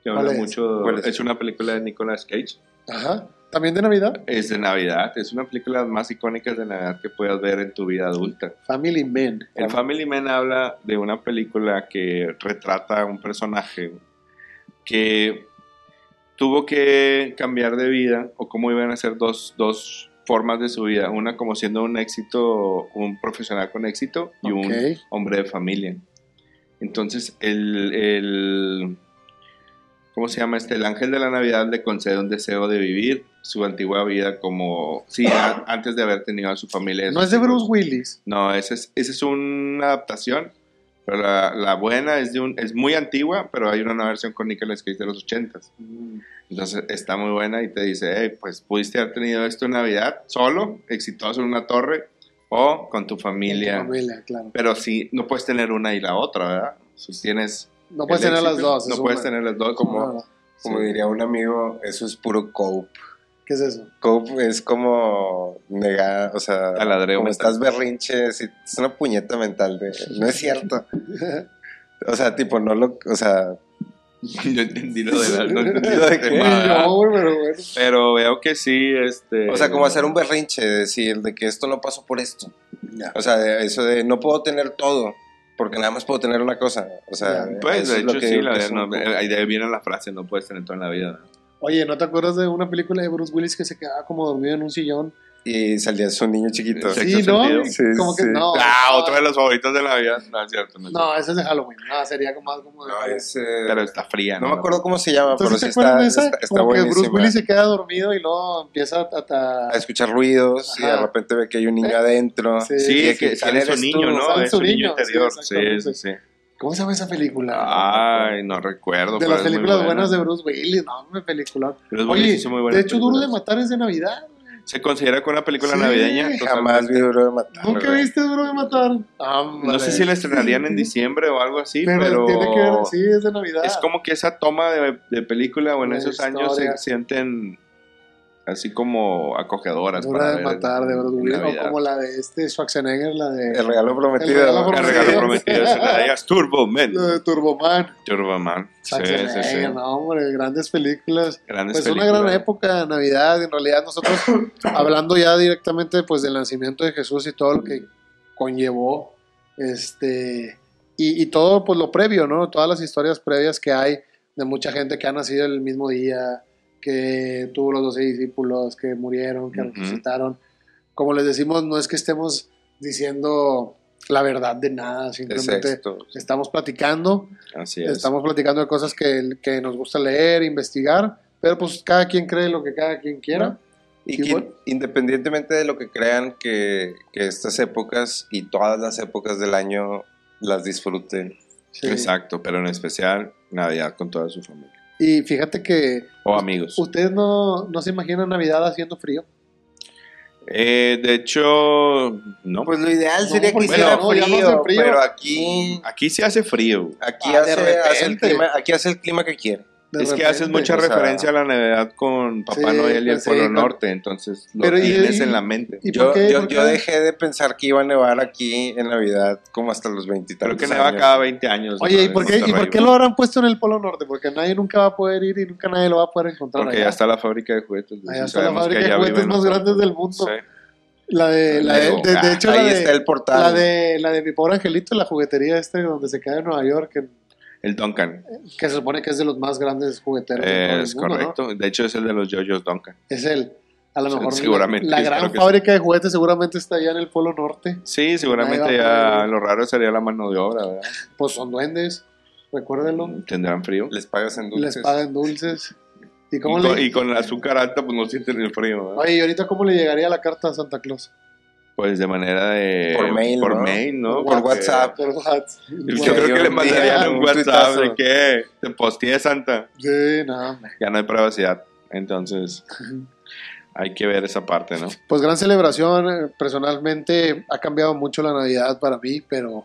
[SPEAKER 3] que
[SPEAKER 1] ¿Cuál
[SPEAKER 3] habla
[SPEAKER 1] es?
[SPEAKER 3] mucho.
[SPEAKER 2] ¿Cuál es?
[SPEAKER 3] Es? una película de Nicolas Cage.
[SPEAKER 1] Ajá. ¿También de Navidad?
[SPEAKER 3] Es de Navidad. Es una película de las más icónicas de Navidad que puedas ver en tu vida adulta.
[SPEAKER 1] Family Men.
[SPEAKER 3] El Family Man habla de una película que retrata a un personaje que tuvo que cambiar de vida o cómo iban a ser dos, dos formas de su vida. Una como siendo un éxito, un profesional con éxito y un
[SPEAKER 1] Ok.
[SPEAKER 3] hombre de familia. Entonces, el, el- ¿Cómo se llama este? El ángel de la Navidad le concede un deseo de vivir su antigua vida como... Sí, a- antes de haber tenido a su familia.
[SPEAKER 1] No es de
[SPEAKER 3] sus
[SPEAKER 1] Bruce
[SPEAKER 3] hijos.
[SPEAKER 1] Willis.
[SPEAKER 3] No, esa es, esa es una adaptación Pero la, la buena es, de un, es muy antigua, pero hay una nueva versión con Nicolas Cage de los 80 Entonces está muy buena y te dice, hey, pues pudiste haber tenido esto en Navidad solo, exitoso en una torre o con tu familia.
[SPEAKER 1] Con tu familia, claro.
[SPEAKER 3] Pero sí, no puedes tener una y la otra, ¿verdad? Si tienes...
[SPEAKER 1] No puedes
[SPEAKER 3] el
[SPEAKER 1] tener las
[SPEAKER 3] éxito,
[SPEAKER 1] dos.
[SPEAKER 3] No
[SPEAKER 1] es
[SPEAKER 3] puedes
[SPEAKER 1] una-
[SPEAKER 3] tener las dos
[SPEAKER 1] no,
[SPEAKER 3] como...
[SPEAKER 1] no.
[SPEAKER 2] Como
[SPEAKER 3] Sí.
[SPEAKER 2] diría un amigo, eso es puro cope.
[SPEAKER 1] ¿Qué es eso?
[SPEAKER 2] Cope es como negar, o sea,
[SPEAKER 3] Taladreo
[SPEAKER 2] como
[SPEAKER 3] mental.
[SPEAKER 2] estás berrinche, sí, es una puñeta mental de, no es cierto. O sea, tipo, no lo, o sea,
[SPEAKER 3] Yo entendí lo de la... No entendí
[SPEAKER 2] ¿De
[SPEAKER 3] lo de
[SPEAKER 2] qué?
[SPEAKER 1] Ey,
[SPEAKER 3] mamada,
[SPEAKER 1] no, güey, pero bueno.
[SPEAKER 3] Pero veo que sí, este...
[SPEAKER 2] o sea, como hacer un berrinche, decir de que esto no pasó por esto. O sea, de- eso de no puedo tener todo, porque nada más puedo tener una cosa. O sea,
[SPEAKER 1] Ya.
[SPEAKER 3] Pues,
[SPEAKER 2] eso
[SPEAKER 3] de
[SPEAKER 2] es lo
[SPEAKER 3] hecho,
[SPEAKER 2] que
[SPEAKER 3] sí,
[SPEAKER 2] digo
[SPEAKER 3] la
[SPEAKER 2] que
[SPEAKER 3] verdad,
[SPEAKER 2] es un
[SPEAKER 3] no,
[SPEAKER 2] poco-
[SPEAKER 3] ahí de ahí viene la frase, no puedes tener todo en la vida. ¿no?
[SPEAKER 1] Oye, ¿no te acuerdas de una película de Bruce Willis que se quedaba como dormido en un sillón?
[SPEAKER 2] Y salía su niño chiquito.
[SPEAKER 3] Sí.
[SPEAKER 1] Sí,
[SPEAKER 3] Sexto
[SPEAKER 1] ¿no?
[SPEAKER 3] sentido.
[SPEAKER 2] Sí,
[SPEAKER 1] como que
[SPEAKER 2] sí.
[SPEAKER 1] no.
[SPEAKER 3] ah,
[SPEAKER 1] no,
[SPEAKER 3] otro de los favoritos de la vida. No, es cierto. No, es cierto.
[SPEAKER 1] No, ese es de Halloween. No, sería como más como de.
[SPEAKER 2] No, es, eh,
[SPEAKER 3] Pero está fría, ¿no?
[SPEAKER 2] no me acuerdo cómo se llama, pero
[SPEAKER 1] Entonces,
[SPEAKER 2] sí
[SPEAKER 1] ¿te acuerdas
[SPEAKER 2] está,
[SPEAKER 1] de esa?
[SPEAKER 2] está, está
[SPEAKER 1] como que Bruce
[SPEAKER 2] buenísima.
[SPEAKER 1] Willis se queda dormido y luego empieza a. a-
[SPEAKER 2] a escuchar ruidos y de
[SPEAKER 1] Ajá.
[SPEAKER 2] repente ve que hay un niño adentro.
[SPEAKER 1] Sí.
[SPEAKER 3] Sí,
[SPEAKER 2] de
[SPEAKER 3] es que
[SPEAKER 2] ¿quién
[SPEAKER 3] sale su
[SPEAKER 2] eres tú?
[SPEAKER 3] niño, ¿no?
[SPEAKER 1] Sale
[SPEAKER 3] Es
[SPEAKER 1] su
[SPEAKER 3] su niño
[SPEAKER 1] niño,
[SPEAKER 3] interior.
[SPEAKER 1] sí,
[SPEAKER 3] Sí, sí,
[SPEAKER 1] exactamente.
[SPEAKER 3] sí.
[SPEAKER 1] ¿Cómo se llama esa película?
[SPEAKER 3] Ay, no recuerdo.
[SPEAKER 1] de
[SPEAKER 3] Ah, pero
[SPEAKER 1] las
[SPEAKER 3] es muy
[SPEAKER 1] películas
[SPEAKER 3] buena.
[SPEAKER 1] buenas de Bruce Willis. No, me película.
[SPEAKER 3] Pero es
[SPEAKER 1] Oye,
[SPEAKER 3] buenísimo, muy buena
[SPEAKER 1] de hecho, Duro de
[SPEAKER 3] película.
[SPEAKER 1] Matar es de Navidad.
[SPEAKER 3] Se considera que una película
[SPEAKER 1] Sí,
[SPEAKER 3] navideña.
[SPEAKER 2] Jamás vi Duro de Matar.
[SPEAKER 1] ¿Nunca
[SPEAKER 2] güey.
[SPEAKER 1] viste Duro de Matar?
[SPEAKER 3] totalmente. Ah, No sé si la estrenarían en diciembre o algo así,
[SPEAKER 1] Pero,
[SPEAKER 3] pero.
[SPEAKER 1] tiene que ver, sí, es de Navidad.
[SPEAKER 2] Ah.
[SPEAKER 3] Es como que esa toma de, de película o en
[SPEAKER 1] La
[SPEAKER 3] esos años se
[SPEAKER 1] historia.
[SPEAKER 3] sienten así como acogedoras.
[SPEAKER 1] Duro
[SPEAKER 3] Pues, para
[SPEAKER 1] de
[SPEAKER 3] ver
[SPEAKER 1] Matar de
[SPEAKER 3] en
[SPEAKER 1] Bruce Willis. O
[SPEAKER 3] Navidad.
[SPEAKER 1] como la de este Schwarzenegger, la de.
[SPEAKER 2] El regalo prometido.
[SPEAKER 1] El regalo
[SPEAKER 2] ¿no?
[SPEAKER 3] El
[SPEAKER 1] prometido.
[SPEAKER 3] regalo prometido se la darías Turbo Man.
[SPEAKER 1] la de Turboman.
[SPEAKER 3] Turbo Man. Sí, sí, sí.
[SPEAKER 1] Schwarzenegger, no, hombre, grandes películas.
[SPEAKER 3] Grandes
[SPEAKER 1] Pues una
[SPEAKER 3] películas.
[SPEAKER 1] gran época, Navidad, en realidad nosotros hablando ya directamente pues del nacimiento de Jesús y todo lo que conllevó, este, y, y todo pues lo previo, ¿no? Todas las historias previas que hay de mucha gente que ha nacido el mismo día, que tuvo los doce discípulos, que murieron, que
[SPEAKER 3] Ujú.
[SPEAKER 1] resucitaron. Como les decimos, no es que estemos diciendo la verdad de nada,
[SPEAKER 2] Es
[SPEAKER 1] simplemente
[SPEAKER 2] esto.
[SPEAKER 1] estamos platicando
[SPEAKER 3] Así es.
[SPEAKER 1] Estamos platicando de cosas que, que nos gusta leer, investigar, pero pues cada quien cree lo que cada quien quiera.
[SPEAKER 2] Y
[SPEAKER 1] Sí,
[SPEAKER 2] que
[SPEAKER 1] bueno.
[SPEAKER 2] independientemente de lo que crean, que, que estas épocas y todas las épocas del año las disfruten.
[SPEAKER 1] Sí.
[SPEAKER 3] Exacto, pero en especial Navidad con toda su familia
[SPEAKER 1] Y fíjate que
[SPEAKER 3] o amigos.
[SPEAKER 1] ustedes no, no se imaginan Navidad haciendo frío.
[SPEAKER 3] Eh, de hecho, no.
[SPEAKER 2] Pues lo ideal
[SPEAKER 1] No,
[SPEAKER 2] sería que
[SPEAKER 1] porque
[SPEAKER 2] hiciera
[SPEAKER 1] no, ya no hace
[SPEAKER 2] frío,
[SPEAKER 1] frío.
[SPEAKER 2] pero aquí,
[SPEAKER 3] Aquí se hace frío.
[SPEAKER 2] aquí,
[SPEAKER 1] Ah, de
[SPEAKER 2] hace, hace el
[SPEAKER 1] repente.
[SPEAKER 2] clima, aquí hace el clima que quiere.
[SPEAKER 1] de
[SPEAKER 3] es que
[SPEAKER 1] repente.
[SPEAKER 3] haces mucha
[SPEAKER 2] o sea-
[SPEAKER 3] referencia a la Navidad con Papá
[SPEAKER 1] Sí,
[SPEAKER 3] Noel y el
[SPEAKER 1] pues sí,
[SPEAKER 3] Polo
[SPEAKER 1] con-
[SPEAKER 3] Norte, entonces lo
[SPEAKER 1] Pero y-
[SPEAKER 3] tienes
[SPEAKER 1] y-
[SPEAKER 3] en la mente.
[SPEAKER 1] ¿Y
[SPEAKER 2] Yo,
[SPEAKER 1] por qué?
[SPEAKER 2] yo,
[SPEAKER 1] ¿Por
[SPEAKER 2] yo
[SPEAKER 1] qué?
[SPEAKER 2] dejé de pensar que iba a nevar aquí en Navidad como hasta los
[SPEAKER 3] Creo
[SPEAKER 2] veintitantos.
[SPEAKER 3] que neva
[SPEAKER 2] años.
[SPEAKER 3] cada 20 años. ¿no?
[SPEAKER 1] Oye, ¿y
[SPEAKER 3] en
[SPEAKER 1] por, qué, ¿y por
[SPEAKER 3] Monterrey,
[SPEAKER 1] qué lo habrán puesto en el Polo Norte? Porque nadie nunca va a poder ir y nunca nadie lo va a poder encontrar.
[SPEAKER 3] Porque
[SPEAKER 1] allá.
[SPEAKER 3] ya está la fábrica de juguetes.
[SPEAKER 1] Allá
[SPEAKER 3] sí
[SPEAKER 1] está la
[SPEAKER 3] sabemos
[SPEAKER 1] fábrica de
[SPEAKER 3] que allá
[SPEAKER 1] juguetes
[SPEAKER 3] viven
[SPEAKER 1] más
[SPEAKER 3] los-
[SPEAKER 1] grande del mundo.
[SPEAKER 3] Sí.
[SPEAKER 1] La de, la de, de- de hecho,
[SPEAKER 2] Ahí
[SPEAKER 1] la
[SPEAKER 2] está
[SPEAKER 1] de,
[SPEAKER 2] el portal.
[SPEAKER 1] la, de, la de mi pobre angelito, la juguetería este donde se cae en Nueva York, que,
[SPEAKER 3] El Duncan.
[SPEAKER 1] que se supone que es de los más grandes jugueteros de todo el
[SPEAKER 3] es
[SPEAKER 1] mundo, ¿no?
[SPEAKER 3] correcto. De hecho, es el de los JoJo's Duncan.
[SPEAKER 1] Es él. A lo
[SPEAKER 3] Sí,
[SPEAKER 1] mejor
[SPEAKER 3] seguramente,
[SPEAKER 1] la
[SPEAKER 3] espero
[SPEAKER 1] gran
[SPEAKER 3] que
[SPEAKER 1] fábrica de juguetes seguramente está allá en el Polo Norte.
[SPEAKER 3] Sí, seguramente
[SPEAKER 1] Ahí va,
[SPEAKER 3] ya
[SPEAKER 1] pues.
[SPEAKER 3] lo raro sería la mano de obra, ¿verdad?
[SPEAKER 1] Pues son duendes, recuérdenlo.
[SPEAKER 3] Tendrán frío.
[SPEAKER 2] Les pagas en
[SPEAKER 1] Les
[SPEAKER 2] dulces.
[SPEAKER 1] pagan dulces. ¿Y
[SPEAKER 3] Y
[SPEAKER 1] cómo
[SPEAKER 3] con,
[SPEAKER 1] le...
[SPEAKER 3] y con el azúcar alta, pues no sienten el frío. ¿verdad?
[SPEAKER 1] Oye, ¿y ahorita cómo le llegaría la carta a Santa Claus?
[SPEAKER 3] Pues de manera de.
[SPEAKER 2] Por mail,
[SPEAKER 3] Por
[SPEAKER 2] ¿no?
[SPEAKER 3] mail, ¿no?
[SPEAKER 2] Por
[SPEAKER 3] Porque-
[SPEAKER 2] WhatsApp.
[SPEAKER 1] Por WhatsApp.
[SPEAKER 3] Yo creo que le
[SPEAKER 2] un
[SPEAKER 3] mandarían
[SPEAKER 2] día,
[SPEAKER 3] un
[SPEAKER 2] un
[SPEAKER 3] WhatsApp
[SPEAKER 2] tuitazo.
[SPEAKER 3] de que te postee Santa.
[SPEAKER 1] Sí, no, hombre.
[SPEAKER 3] Ya no hay privacidad. Entonces, hay que ver esa parte, ¿no?
[SPEAKER 1] Pues gran celebración, eh, personalmente ha cambiado mucho la Navidad para mí, pero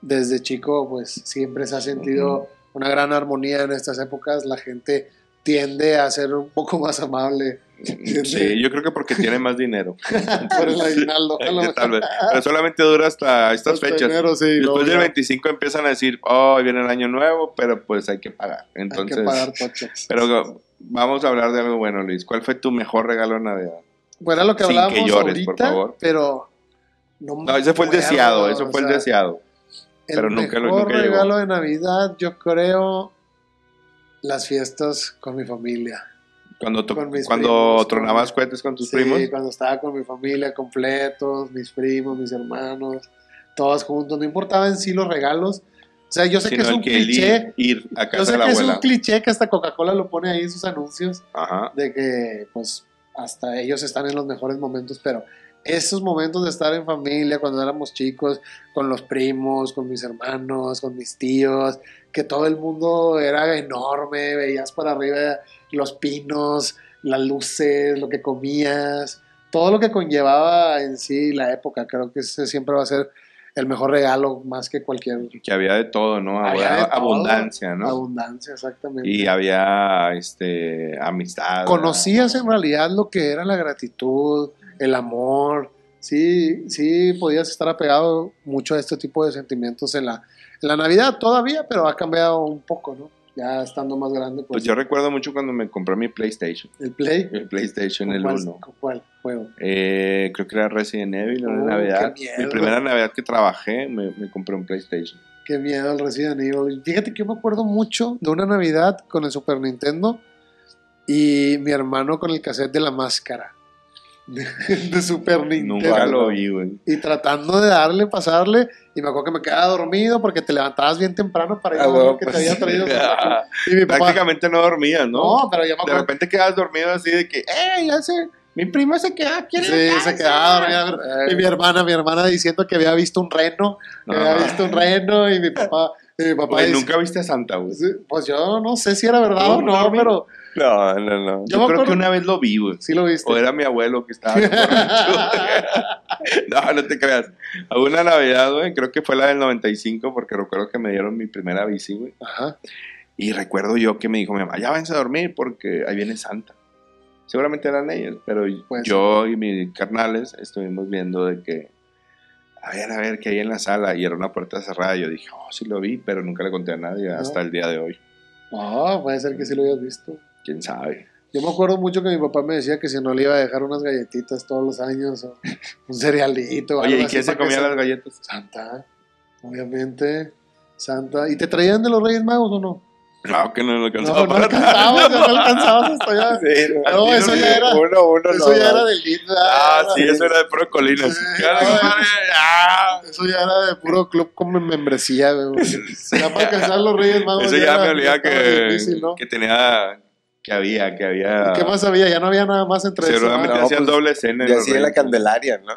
[SPEAKER 1] desde chico pues siempre se ha sentido una gran armonía en estas épocas, la gente tiende a ser un poco más amable
[SPEAKER 3] Sí, yo creo que porque tiene más dinero.
[SPEAKER 1] por el aguinaldo. a lo
[SPEAKER 3] Tal
[SPEAKER 1] mejor.
[SPEAKER 3] vez. Pero solamente dura hasta estas
[SPEAKER 1] Hasta
[SPEAKER 3] fechas.
[SPEAKER 1] enero, sí, luego
[SPEAKER 3] Después
[SPEAKER 1] ya
[SPEAKER 3] del 25 empiezan a decir, oh, viene el año nuevo, pero pues hay que pagar.
[SPEAKER 1] hay
[SPEAKER 3] Entonces,
[SPEAKER 1] que pagar tocho.
[SPEAKER 3] pero vamos a hablar de algo bueno, Luis. ¿Cuál fue tu mejor regalo de Navidad?
[SPEAKER 1] Bueno, era lo que
[SPEAKER 3] sin que
[SPEAKER 1] hablábamos
[SPEAKER 3] llores, por
[SPEAKER 1] ahorita,
[SPEAKER 3] favor.
[SPEAKER 1] pero no,
[SPEAKER 3] No, ese fue el
[SPEAKER 1] me acuerdo,
[SPEAKER 3] deseado, eso
[SPEAKER 1] o
[SPEAKER 3] fue el
[SPEAKER 1] sea,
[SPEAKER 3] deseado.
[SPEAKER 1] El
[SPEAKER 3] pero nunca lo-
[SPEAKER 1] mejor
[SPEAKER 3] nunca llegó.
[SPEAKER 1] regalo de Navidad, yo creo, las fiestas con mi familia.
[SPEAKER 3] Cuando, tu-
[SPEAKER 1] con mis
[SPEAKER 3] cuando
[SPEAKER 1] primos,
[SPEAKER 3] tronabas
[SPEAKER 1] con-
[SPEAKER 3] cohetes con tus
[SPEAKER 1] sí,
[SPEAKER 3] primos.
[SPEAKER 1] cuando estaba con mi familia completos, mis primos, mis hermanos, todos juntos, no importaba en sí los regalos. O sea, yo sé que
[SPEAKER 3] sino
[SPEAKER 1] es un
[SPEAKER 3] el que el
[SPEAKER 1] cliché,
[SPEAKER 3] ir, ir a
[SPEAKER 1] yo
[SPEAKER 3] casa
[SPEAKER 1] sé
[SPEAKER 3] de la
[SPEAKER 1] que es un
[SPEAKER 3] abuela.
[SPEAKER 1] cliché que hasta Coca-Cola lo pone ahí en sus anuncios
[SPEAKER 3] Ajá.
[SPEAKER 1] de que pues hasta ellos están en los mejores momentos, pero esos momentos de estar en familia cuando éramos chicos, con los primos, con mis hermanos, con mis tíos, que todo el mundo era enorme, veías para arriba los pinos, las luces, lo que comías, todo lo que conllevaba en sí la época. Creo que ese siempre va a ser el mejor regalo más que cualquier.
[SPEAKER 3] Que había de todo, ¿no?
[SPEAKER 1] Había de todo,
[SPEAKER 3] abundancia, ¿no?
[SPEAKER 1] Abundancia, exactamente.
[SPEAKER 3] Y había este, amistad.
[SPEAKER 1] Conocías en realidad lo que era la gratitud, el amor. Sí, sí, podías estar apegado mucho a este tipo de sentimientos en la, en la Navidad todavía, pero ha cambiado un poco, ¿no? Ya estando más grande, pues,
[SPEAKER 3] Pues yo recuerdo mucho cuando me compré mi PlayStation.
[SPEAKER 1] el Play.
[SPEAKER 3] El PlayStation,
[SPEAKER 1] ¿con
[SPEAKER 3] el
[SPEAKER 1] cuál-
[SPEAKER 3] 1.
[SPEAKER 1] con ¿Cuál juego?
[SPEAKER 3] Eh, creo que era Resident Evil, era
[SPEAKER 1] Uh,
[SPEAKER 3] Navidad.
[SPEAKER 1] qué miedo.
[SPEAKER 3] Mi primera Navidad que trabajé, me, me compré un PlayStation.
[SPEAKER 1] Qué miedo el Resident Evil. Fíjate que yo me acuerdo mucho de una Navidad con el Super Nintendo y mi hermano con el cassette de la máscara de, de Super Nintendo.
[SPEAKER 3] Nunca lo vi, güey.
[SPEAKER 1] Y tratando de darle, pasarle, y me acuerdo que me quedaba dormido porque te levantabas bien temprano para ir a
[SPEAKER 3] Ah,
[SPEAKER 1] ver
[SPEAKER 3] huevo,
[SPEAKER 1] lo que
[SPEAKER 3] pues,
[SPEAKER 1] te había traído.
[SPEAKER 3] ah,
[SPEAKER 1] Y mi papá,
[SPEAKER 3] Prácticamente no dormía, ¿no?
[SPEAKER 1] no, pero yo me
[SPEAKER 3] De
[SPEAKER 1] acuerdo
[SPEAKER 3] repente quedas dormido así de que, ¡eh! Ya sé, mi prima se queda aquí en la
[SPEAKER 1] Sí,
[SPEAKER 3] casa".
[SPEAKER 1] se quedaba dormida. Y mi hermana, mi hermana diciendo que había visto un reno,
[SPEAKER 3] No,
[SPEAKER 1] que había visto un reno, y mi papá, y mi papá
[SPEAKER 3] güey,
[SPEAKER 1] dice,
[SPEAKER 3] nunca viste a Santa, güey.
[SPEAKER 1] "Sí, pues yo no sé si era verdad o
[SPEAKER 3] No,
[SPEAKER 1] no,
[SPEAKER 3] no,
[SPEAKER 1] pero
[SPEAKER 3] No, no,
[SPEAKER 1] Yo
[SPEAKER 3] no. Yo,
[SPEAKER 1] me
[SPEAKER 3] creo
[SPEAKER 1] acuerdo-
[SPEAKER 3] que una vez lo vi, güey.
[SPEAKER 1] sí lo viste.
[SPEAKER 3] O era mi abuelo que estaba. no, no te creas. Hubo Una Navidad, güey, creo que fue la del 95, porque recuerdo que me dieron mi primera bici, güey.
[SPEAKER 1] Ajá.
[SPEAKER 3] Y recuerdo yo que me dijo mi mamá, ya váyanse a dormir porque ahí viene Santa. Seguramente eran ellos, pero
[SPEAKER 1] Pues.
[SPEAKER 3] yo y mis carnales estuvimos viendo de que, a ver, a ver, qué hay en la sala. Y era una puerta cerrada. Yo dije, oh, sí lo vi, pero nunca le conté a nadie hasta el día de hoy.
[SPEAKER 1] No, puede ser que sí lo hayas visto.
[SPEAKER 3] ¿Quién sabe?
[SPEAKER 1] Yo me acuerdo mucho que mi papá me decía que si no le iba a dejar unas galletitas todos los años, o un cerealito. o
[SPEAKER 3] Oye,
[SPEAKER 1] algo
[SPEAKER 3] ¿y
[SPEAKER 1] así
[SPEAKER 3] quién se
[SPEAKER 1] para que
[SPEAKER 3] comía las galletas?
[SPEAKER 1] Santa, obviamente, Santa. ¿Y te traían de los Reyes Magos o no?
[SPEAKER 3] Claro que no lo
[SPEAKER 1] No,
[SPEAKER 3] alcanzaba
[SPEAKER 1] no
[SPEAKER 3] para
[SPEAKER 1] alcanzabas, no alcanzabas hasta allá.
[SPEAKER 3] Sí, no,
[SPEAKER 1] No,
[SPEAKER 3] sí,
[SPEAKER 1] eso ya era-
[SPEAKER 3] Uno, uno,
[SPEAKER 1] Eso
[SPEAKER 3] no,
[SPEAKER 1] ya
[SPEAKER 3] no.
[SPEAKER 1] era del Lidl,
[SPEAKER 3] Ah,
[SPEAKER 1] ¿verdad?
[SPEAKER 3] sí, eso era de puro colinas.
[SPEAKER 1] Sí,
[SPEAKER 3] Ya,
[SPEAKER 1] no,
[SPEAKER 3] compadre, ah.
[SPEAKER 1] Eso ya era de puro club con membresía, güey. Ya para alcanzar los Reyes Magos.
[SPEAKER 3] Eso ya
[SPEAKER 1] era-
[SPEAKER 3] me olía
[SPEAKER 1] estaba
[SPEAKER 3] que,
[SPEAKER 1] difícil, ¿no?
[SPEAKER 3] que tenía, que había, que había.
[SPEAKER 1] ¿Y ¿Qué más había? Ya no había nada más entre eso.
[SPEAKER 3] Seguramente
[SPEAKER 1] ¿no?
[SPEAKER 2] No,
[SPEAKER 3] hacían
[SPEAKER 2] pues,
[SPEAKER 3] doble cena.
[SPEAKER 2] Y
[SPEAKER 3] en los
[SPEAKER 2] así en la
[SPEAKER 3] Reyes.
[SPEAKER 2] Candelaria, ¿no?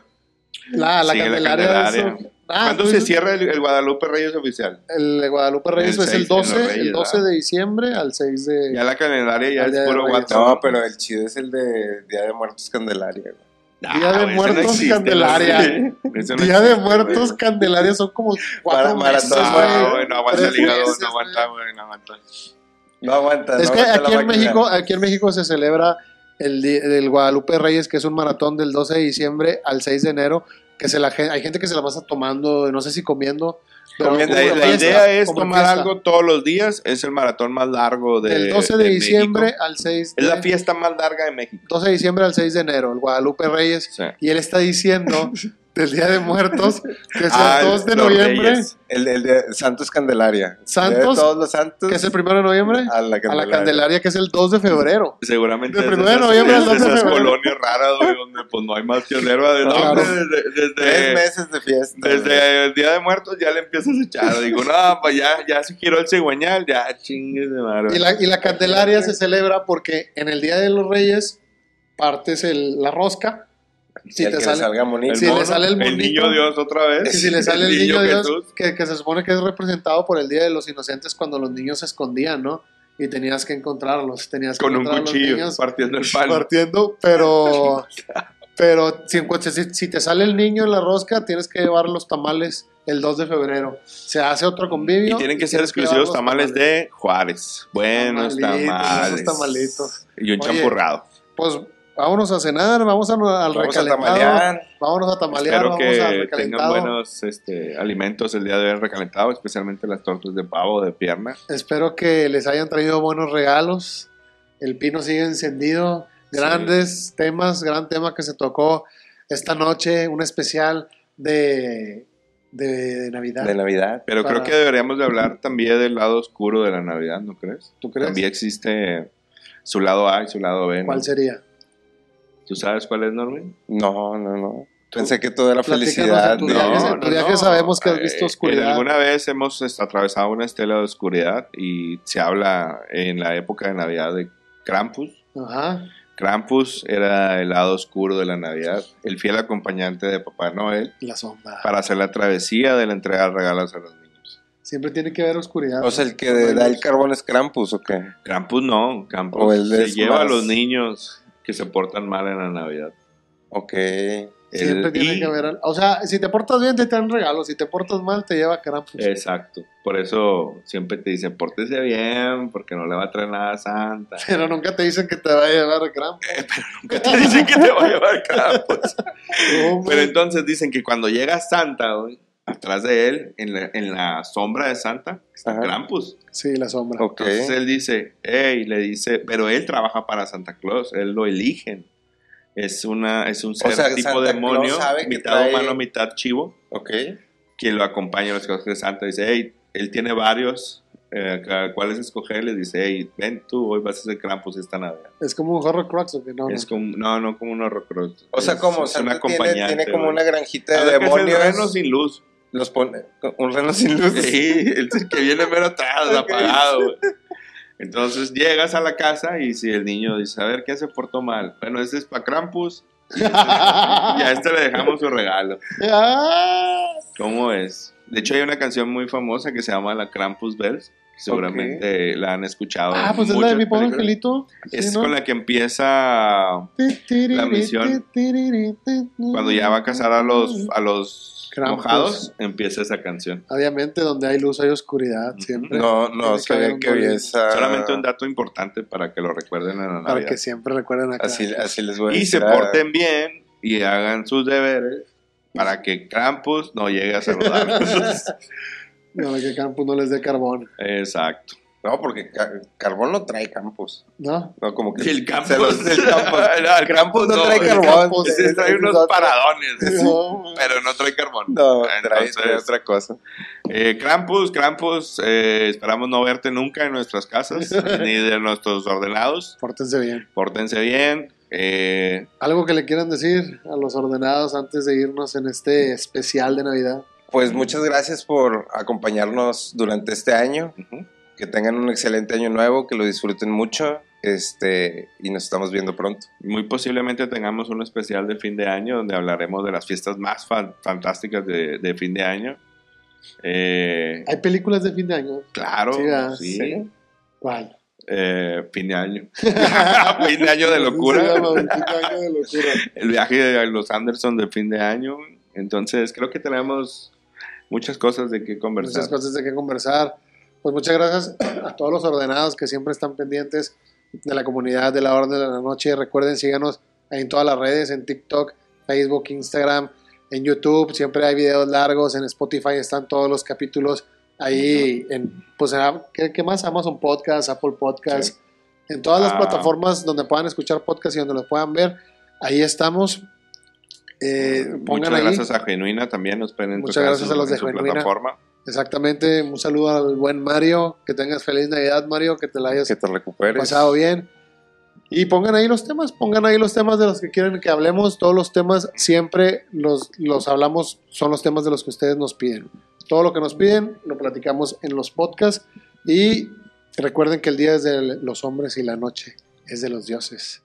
[SPEAKER 1] La, la
[SPEAKER 3] sigue la
[SPEAKER 1] Candelaria.
[SPEAKER 3] Candelaria.
[SPEAKER 1] eso. Ah,
[SPEAKER 3] ¿Cuándo
[SPEAKER 1] tú
[SPEAKER 3] se
[SPEAKER 1] dices-
[SPEAKER 3] cierra el, el Guadalupe Reyes oficial?
[SPEAKER 1] El de Guadalupe Reyes
[SPEAKER 3] El
[SPEAKER 1] es el
[SPEAKER 3] seis de los
[SPEAKER 1] 12, el
[SPEAKER 3] Reyes,
[SPEAKER 1] 12 de diciembre al 6 de...
[SPEAKER 3] Ya la Candelaria ya
[SPEAKER 1] Al Día
[SPEAKER 3] es
[SPEAKER 1] de
[SPEAKER 3] puro
[SPEAKER 1] Reyes.
[SPEAKER 3] guato.
[SPEAKER 2] No, pero el chido es el de Día de Muertos Candelaria. güey.
[SPEAKER 1] Día de
[SPEAKER 3] güey, Ah, eso
[SPEAKER 1] Muertos,
[SPEAKER 3] existe,
[SPEAKER 1] Candelaria.
[SPEAKER 3] sé. Eso no
[SPEAKER 1] Día de
[SPEAKER 3] existe,
[SPEAKER 1] Muertos, Candelaria, son como cuatro
[SPEAKER 2] Mara-
[SPEAKER 1] meses,
[SPEAKER 2] Candelaria, maratón,
[SPEAKER 3] No,
[SPEAKER 1] güey.
[SPEAKER 3] güey, no Ah, aguanta el
[SPEAKER 1] Tres
[SPEAKER 3] hígado,
[SPEAKER 1] meses,
[SPEAKER 3] no aguanta,
[SPEAKER 1] güey.
[SPEAKER 3] güey, no aguanta.
[SPEAKER 2] No aguanta.
[SPEAKER 1] Es
[SPEAKER 2] no
[SPEAKER 1] que
[SPEAKER 2] aguanta la
[SPEAKER 1] aquí en,
[SPEAKER 2] máquina.
[SPEAKER 1] México, aquí en México se celebra el, di- el Guadalupe Reyes, que es un maratón del 12 de diciembre al 6 de enero, que se la, gen- hay gente que se la pasa tomando, no sé si comiendo. pero
[SPEAKER 2] Comiendo,
[SPEAKER 1] como
[SPEAKER 3] La,
[SPEAKER 1] en
[SPEAKER 3] la
[SPEAKER 1] fiesta,
[SPEAKER 3] idea es
[SPEAKER 1] como en
[SPEAKER 3] tomar
[SPEAKER 1] fiesta.
[SPEAKER 3] algo todos los días. Es el maratón más largo de.
[SPEAKER 1] Del 12 de,
[SPEAKER 3] México.
[SPEAKER 1] diciembre al 6
[SPEAKER 3] Es la
[SPEAKER 1] de,
[SPEAKER 3] fiesta más larga de México.
[SPEAKER 1] 12 de diciembre al 6 de enero, el Guadalupe Reyes.
[SPEAKER 3] Sí.
[SPEAKER 1] Y él está diciendo del Día de Muertos, que es
[SPEAKER 3] Ah,
[SPEAKER 1] el 2 de
[SPEAKER 3] los
[SPEAKER 1] noviembre,
[SPEAKER 3] Reyes.
[SPEAKER 2] El, el de Santos Candelaria.
[SPEAKER 1] Santos,
[SPEAKER 2] El de todos los santos.
[SPEAKER 1] que es el 1 de noviembre,
[SPEAKER 2] a Ah, la
[SPEAKER 1] a la
[SPEAKER 2] Candelaria.
[SPEAKER 1] Candelaria, que es el 2 de febrero.
[SPEAKER 3] Seguramente
[SPEAKER 1] Del
[SPEAKER 3] es de
[SPEAKER 1] primero de
[SPEAKER 3] esas-
[SPEAKER 1] noviembre
[SPEAKER 3] es
[SPEAKER 1] al
[SPEAKER 3] de
[SPEAKER 1] 12 de
[SPEAKER 3] esas
[SPEAKER 1] febrero.
[SPEAKER 3] colonias raras, güey, donde pues no hay más que hierba de
[SPEAKER 1] Claro.
[SPEAKER 3] nombre. Desde,
[SPEAKER 2] Tres
[SPEAKER 3] desde,
[SPEAKER 2] meses de fiesta. güey.
[SPEAKER 3] desde el Día de Muertos ya le empiezas a echar. Digo, no, pues ya, ya se giró el cigüeñal, ya chingues de madre.
[SPEAKER 1] Y la, y la Candelaria se celebra porque en el Día de los Reyes partes el- la rosca. Si
[SPEAKER 2] el
[SPEAKER 1] te
[SPEAKER 2] que
[SPEAKER 1] sale,
[SPEAKER 2] le salga bonito.
[SPEAKER 3] El
[SPEAKER 1] si le sale el monito.
[SPEAKER 3] niño Dios otra
[SPEAKER 1] y
[SPEAKER 3] vez.
[SPEAKER 1] si le sale el, niño, Dios,
[SPEAKER 3] Jesús.
[SPEAKER 1] que, que se supone que es representado por el Día de los Inocentes cuando los niños se escondían, ¿no? Y tenías que encontrarlos, tenías que
[SPEAKER 3] Con un
[SPEAKER 1] encontrar a los
[SPEAKER 3] cuchillo
[SPEAKER 1] niños
[SPEAKER 3] partiendo el pan.
[SPEAKER 1] partiendo, pero, pero si, encuent- si- si te sale el niño en la rosca, tienes que llevar los tamales el 2 de febrero. Se hace otro convivio.
[SPEAKER 3] Y tienen que ser
[SPEAKER 1] tienes llevar
[SPEAKER 3] exclusivos
[SPEAKER 1] los
[SPEAKER 3] tamales, de Juárez. Buenos
[SPEAKER 1] Tamalitos,
[SPEAKER 3] tamales.
[SPEAKER 1] esos tamalitos.
[SPEAKER 3] Y un
[SPEAKER 1] Oye,
[SPEAKER 3] champurrado.
[SPEAKER 1] Pues vámonos a cenar, vamos a, al
[SPEAKER 2] Vamos a
[SPEAKER 1] recalentado.
[SPEAKER 2] tamalear.
[SPEAKER 1] vámonos a tamalear,
[SPEAKER 3] Espero
[SPEAKER 1] vamos al
[SPEAKER 3] que tengan
[SPEAKER 1] recalentado.
[SPEAKER 3] buenos este, alimentos el día de hoy recalentado, especialmente las tortas de pavo de pierna.
[SPEAKER 1] Espero que les hayan traído buenos regalos. El pino sigue encendido. Grandes temas, gran tema que se tocó esta noche, un especial de, de, Navidad.
[SPEAKER 2] De Navidad.
[SPEAKER 3] Pero
[SPEAKER 1] Para-
[SPEAKER 3] creo que deberíamos de hablar también del lado oscuro de la Navidad, ¿no crees?
[SPEAKER 1] ¿Tú crees?
[SPEAKER 3] También existe su lado A y su lado B. ¿no?
[SPEAKER 1] ¿Cuál sería?
[SPEAKER 3] ¿Tú sabes cuál es, Norman?
[SPEAKER 2] No, no, no. Pensé que todo era
[SPEAKER 1] Platícanos de
[SPEAKER 2] felicidad.
[SPEAKER 1] tu día.
[SPEAKER 2] No.
[SPEAKER 1] que- tú ya que sabemos que has visto oscuridad.
[SPEAKER 3] Eh, alguna vez hemos est- atravesado una estela de oscuridad y se habla en la época de Navidad de Krampus.
[SPEAKER 1] Ajá.
[SPEAKER 3] Krampus era el lado oscuro de la Navidad, el fiel acompañante de Papá Noel
[SPEAKER 1] La sombra.
[SPEAKER 3] para hacer la travesía de la entrega de regalos a los niños.
[SPEAKER 1] Siempre tiene que haber oscuridad.
[SPEAKER 2] O sea, el que da el carbón es Krampus, ¿o qué?
[SPEAKER 3] Krampus no,
[SPEAKER 2] O
[SPEAKER 3] Krampus
[SPEAKER 2] él
[SPEAKER 3] se
[SPEAKER 2] es
[SPEAKER 3] lleva a
[SPEAKER 2] más-
[SPEAKER 3] los niños que se portan mal en la Navidad.
[SPEAKER 2] Ok.
[SPEAKER 1] Siempre
[SPEAKER 3] Él-
[SPEAKER 1] tiene
[SPEAKER 3] y-
[SPEAKER 1] que haber. al- O sea, si te portas bien, te traen regalos. Si te portas mal, te lleva Krampus.
[SPEAKER 3] Eh. Exacto, por eso siempre te dicen, pórtese bien, porque no le va a traer nada a Santa.
[SPEAKER 1] Pero nunca te dicen que te va a llevar Krampus.
[SPEAKER 3] Nunca te dicen que te va a llevar Krampus.
[SPEAKER 1] Hombre.
[SPEAKER 3] Pero entonces dicen que cuando llega Santa, güey, atrás de él, en la, en la sombra de Santa, está
[SPEAKER 2] Ajá.
[SPEAKER 3] Krampus.
[SPEAKER 1] Sí, la sombra.
[SPEAKER 2] Ok.
[SPEAKER 3] Entonces él dice, hey, le dice, pero él trabaja para Santa Claus, él lo eligen. Es, una, es un ser
[SPEAKER 2] sea,
[SPEAKER 3] tipo
[SPEAKER 2] Santa
[SPEAKER 3] demonio,
[SPEAKER 2] Claus sabe que
[SPEAKER 3] mitad
[SPEAKER 2] trae-
[SPEAKER 3] humano, mitad chivo,
[SPEAKER 2] Ok.
[SPEAKER 3] quien lo acompaña a los cosas de Santa. Dice, hey, él tiene varios, eh, ca- ¿cuáles escoger? Le dice, hey, ven tú, hoy vas a ser Krampus esta Navidad.
[SPEAKER 1] Es como un horror crux o que no.
[SPEAKER 3] es
[SPEAKER 1] no?
[SPEAKER 3] como, no, no como un horrocruz.
[SPEAKER 2] O sea,
[SPEAKER 3] Es-
[SPEAKER 2] como
[SPEAKER 3] es
[SPEAKER 2] Santa
[SPEAKER 3] un
[SPEAKER 2] tiene,
[SPEAKER 3] acompañante,
[SPEAKER 2] tiene como
[SPEAKER 3] güey.
[SPEAKER 2] una granjita
[SPEAKER 3] Haz de
[SPEAKER 2] de
[SPEAKER 3] que es el reno
[SPEAKER 2] demonios.
[SPEAKER 3] sin luz.
[SPEAKER 2] Los pone un reno sin luz.
[SPEAKER 3] Sí, el que viene mero atrás,
[SPEAKER 1] Ok.
[SPEAKER 3] apagado. güey. Entonces llegas a la casa y si el niño dice, a ver, ¿quién se portó mal? Bueno, este es para Krampus y a este le dejamos su regalo.
[SPEAKER 1] Ah,
[SPEAKER 3] ¿Cómo es? De hecho, hay una canción muy famosa que se llama La Krampus Bells. que Seguramente la han escuchado.
[SPEAKER 1] Ah,
[SPEAKER 3] en
[SPEAKER 1] pues es la de
[SPEAKER 3] muchas
[SPEAKER 1] mi pobre
[SPEAKER 3] películas.
[SPEAKER 1] angelito.
[SPEAKER 3] Es con la que empieza la misión. cuando ya va a casar a los, a los
[SPEAKER 1] Krampus.
[SPEAKER 3] mojados, empieza esa canción.
[SPEAKER 1] Obviamente, donde hay luz hay oscuridad,
[SPEAKER 3] Ujú.
[SPEAKER 1] siempre.
[SPEAKER 2] No, no,
[SPEAKER 1] Tiene que haber
[SPEAKER 2] sabía
[SPEAKER 1] un
[SPEAKER 2] que había
[SPEAKER 1] doble.
[SPEAKER 2] esa.
[SPEAKER 3] Solamente un dato importante para que lo recuerden en
[SPEAKER 1] para
[SPEAKER 3] la Navidad.
[SPEAKER 1] que siempre recuerden acá.
[SPEAKER 2] Así, así les voy a
[SPEAKER 3] Y
[SPEAKER 2] decir. ah,
[SPEAKER 3] se
[SPEAKER 2] a-
[SPEAKER 3] porten bien y hagan sus deberes para que Krampus no llegue a saludarlos.
[SPEAKER 1] No, que Campus no les dé carbón,
[SPEAKER 3] Exacto.
[SPEAKER 2] No, porque ca- carbón no trae Campos.
[SPEAKER 1] ¿no?
[SPEAKER 2] No, como que.
[SPEAKER 3] El Krampus.
[SPEAKER 2] se los- el Krampus.
[SPEAKER 3] No, el Krampus
[SPEAKER 2] no trae
[SPEAKER 3] el
[SPEAKER 2] carbón.
[SPEAKER 1] Krampus,
[SPEAKER 3] Krampus sí trae
[SPEAKER 2] Ese es
[SPEAKER 3] unos
[SPEAKER 2] otro.
[SPEAKER 3] paradones,
[SPEAKER 1] No,
[SPEAKER 3] pero no trae carbón.
[SPEAKER 2] No, trae,
[SPEAKER 3] Entonces-
[SPEAKER 2] trae otra cosa.
[SPEAKER 3] Eh, Krampus, Krampus, eh, esperamos no verte nunca en nuestras casas ni de nuestros ordenados.
[SPEAKER 1] Pórtense bien.
[SPEAKER 3] Pórtense bien. eh,
[SPEAKER 1] Algo que le quieran decir a los ordenados antes de irnos en este especial de Navidad.
[SPEAKER 2] Pues muchas gracias por acompañarnos durante este año.
[SPEAKER 3] ujú.
[SPEAKER 2] Que tengan un excelente año nuevo, que lo disfruten mucho. Este, y nos estamos viendo pronto.
[SPEAKER 3] Muy posiblemente tengamos un especial de fin de año donde hablaremos de las fiestas más fan- fantásticas de, de fin de año. Eh,
[SPEAKER 1] Hay películas de fin de año.
[SPEAKER 3] claro,
[SPEAKER 1] Sí, ¿verdad?
[SPEAKER 3] sí.
[SPEAKER 1] Sí. ¿Cuál?
[SPEAKER 3] Eh, fin de año. fin de año de
[SPEAKER 1] Se
[SPEAKER 3] locura.
[SPEAKER 1] llama Fin de año de locura.
[SPEAKER 3] El viaje de los Anderson de fin de año. Entonces, creo que tenemos muchas cosas de qué conversar.
[SPEAKER 1] Muchas cosas de qué conversar. Pues muchas gracias a todos los ordenados que siempre están pendientes de la comunidad de la Orden de la Noche. Recuerden, síganos en todas las redes, en TikTok, Facebook, Instagram, en YouTube. Siempre hay videos largos, en Spotify están todos los capítulos. Ahí en, pues, a- ¿qué, qué más? Amazon Podcast, Apple Podcast, en todas las
[SPEAKER 3] Ah.
[SPEAKER 1] plataformas donde puedan escuchar podcast y donde los puedan ver. Ahí estamos. Eh, pongan
[SPEAKER 3] Muchas
[SPEAKER 1] ahí.
[SPEAKER 3] gracias a Genuina también. Nos pueden
[SPEAKER 1] Muchas
[SPEAKER 3] tocar
[SPEAKER 1] gracias
[SPEAKER 3] su-
[SPEAKER 1] a los
[SPEAKER 3] en
[SPEAKER 1] de
[SPEAKER 3] su
[SPEAKER 1] Genuina.
[SPEAKER 3] plataforma.
[SPEAKER 1] Exactamente, un saludo al buen Mario, que tengas feliz Navidad Mario, que te la hayas
[SPEAKER 2] Que te recuperes.
[SPEAKER 1] pasado bien. Y pongan ahí los temas, pongan ahí los temas de los que quieren que hablemos, todos los temas siempre los, los hablamos, son los temas de los que ustedes nos piden. Todo lo que nos piden lo platicamos en los podcasts y recuerden que el día es de los hombres y la noche es de los dioses.